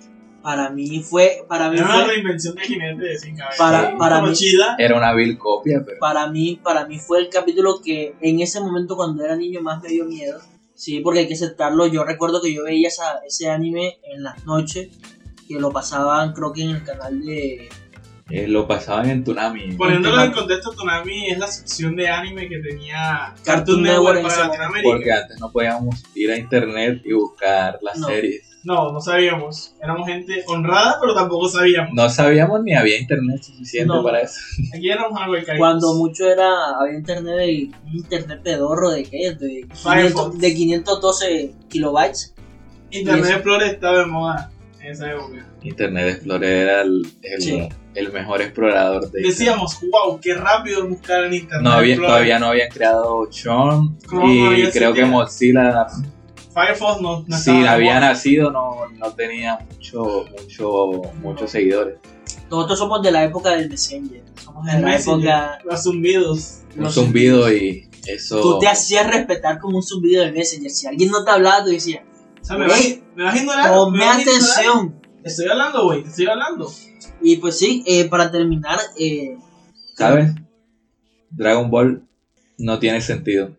Speaker 3: para mí fue, para mí
Speaker 4: Era una
Speaker 3: fue,
Speaker 4: reinvención de jinete de sin cabeza.
Speaker 3: Para- para
Speaker 4: Una
Speaker 3: mí-
Speaker 4: mochila.
Speaker 2: Era una vil copia, pero
Speaker 3: para mí, para mí fue el capítulo que en ese momento cuando era niño más me dio miedo. Sí, porque hay que aceptarlo. Yo recuerdo que yo veía esa- ese anime en las noches, que lo pasaban creo que en el canal de...
Speaker 2: eh, lo pasaban en Tsunami.
Speaker 4: Poniéndolo
Speaker 3: Tsunami.
Speaker 4: en contexto, Tsunami es la sección de anime que tenía
Speaker 3: Cartoon
Speaker 4: Cartoon
Speaker 3: Network
Speaker 4: Network
Speaker 3: en
Speaker 4: para
Speaker 3: ese
Speaker 4: Latinoamérica.
Speaker 2: Porque antes no podíamos ir a internet y buscar las
Speaker 3: No.
Speaker 2: series.
Speaker 4: No, no sabíamos. Éramos gente honrada, pero tampoco sabíamos.
Speaker 2: No sabíamos ni había internet suficiente
Speaker 3: No.
Speaker 2: para eso.
Speaker 4: Aquí éramos algo de
Speaker 3: Cuando mucho era, había internet de un internet pedorro de qué, de, 500 de 512 kilobytes.
Speaker 4: Internet
Speaker 3: Yes.
Speaker 4: Explorer estaba de moda en esa época.
Speaker 2: Internet Explorer era el, el-
Speaker 3: Sí.
Speaker 2: el mejor explorador de internet.
Speaker 4: Decíamos, wow, qué rápido es buscar en Internet
Speaker 2: No había,
Speaker 4: Explorer.
Speaker 2: todavía no habían creado Chrome
Speaker 4: Chrome no
Speaker 2: y
Speaker 4: había
Speaker 2: creo que
Speaker 4: existido.
Speaker 2: Mozilla
Speaker 4: Firefox no, no
Speaker 2: si
Speaker 4: estaba de
Speaker 2: había
Speaker 4: moda.
Speaker 2: nacido no, no tenía mucho, mucho, muchos seguidores.
Speaker 3: Nosotros somos de la época del Messenger. Somos de
Speaker 4: El
Speaker 3: la
Speaker 4: Messenger,
Speaker 3: época.
Speaker 4: Los zumbidos.
Speaker 2: Un
Speaker 3: los
Speaker 2: zumbido
Speaker 3: zumbidos.
Speaker 2: y eso.
Speaker 3: Tú te hacías respetar como un zumbido del Messenger. Si alguien no te hablaba, tú decías,
Speaker 4: O sea, me vas,
Speaker 3: Ey,
Speaker 4: me vas a ignorar. me
Speaker 3: ponme
Speaker 4: vas a ignorar.
Speaker 3: atención.
Speaker 4: Te estoy hablando, güey, te estoy hablando.
Speaker 3: Y pues sí, eh, para terminar, eh,
Speaker 2: ¿Sabes? Dragon Ball no tiene sentido.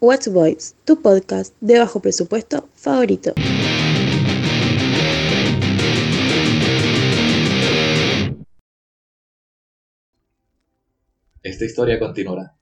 Speaker 1: What's Boys, tu podcast de bajo presupuesto favorito.
Speaker 2: Esta historia continuará.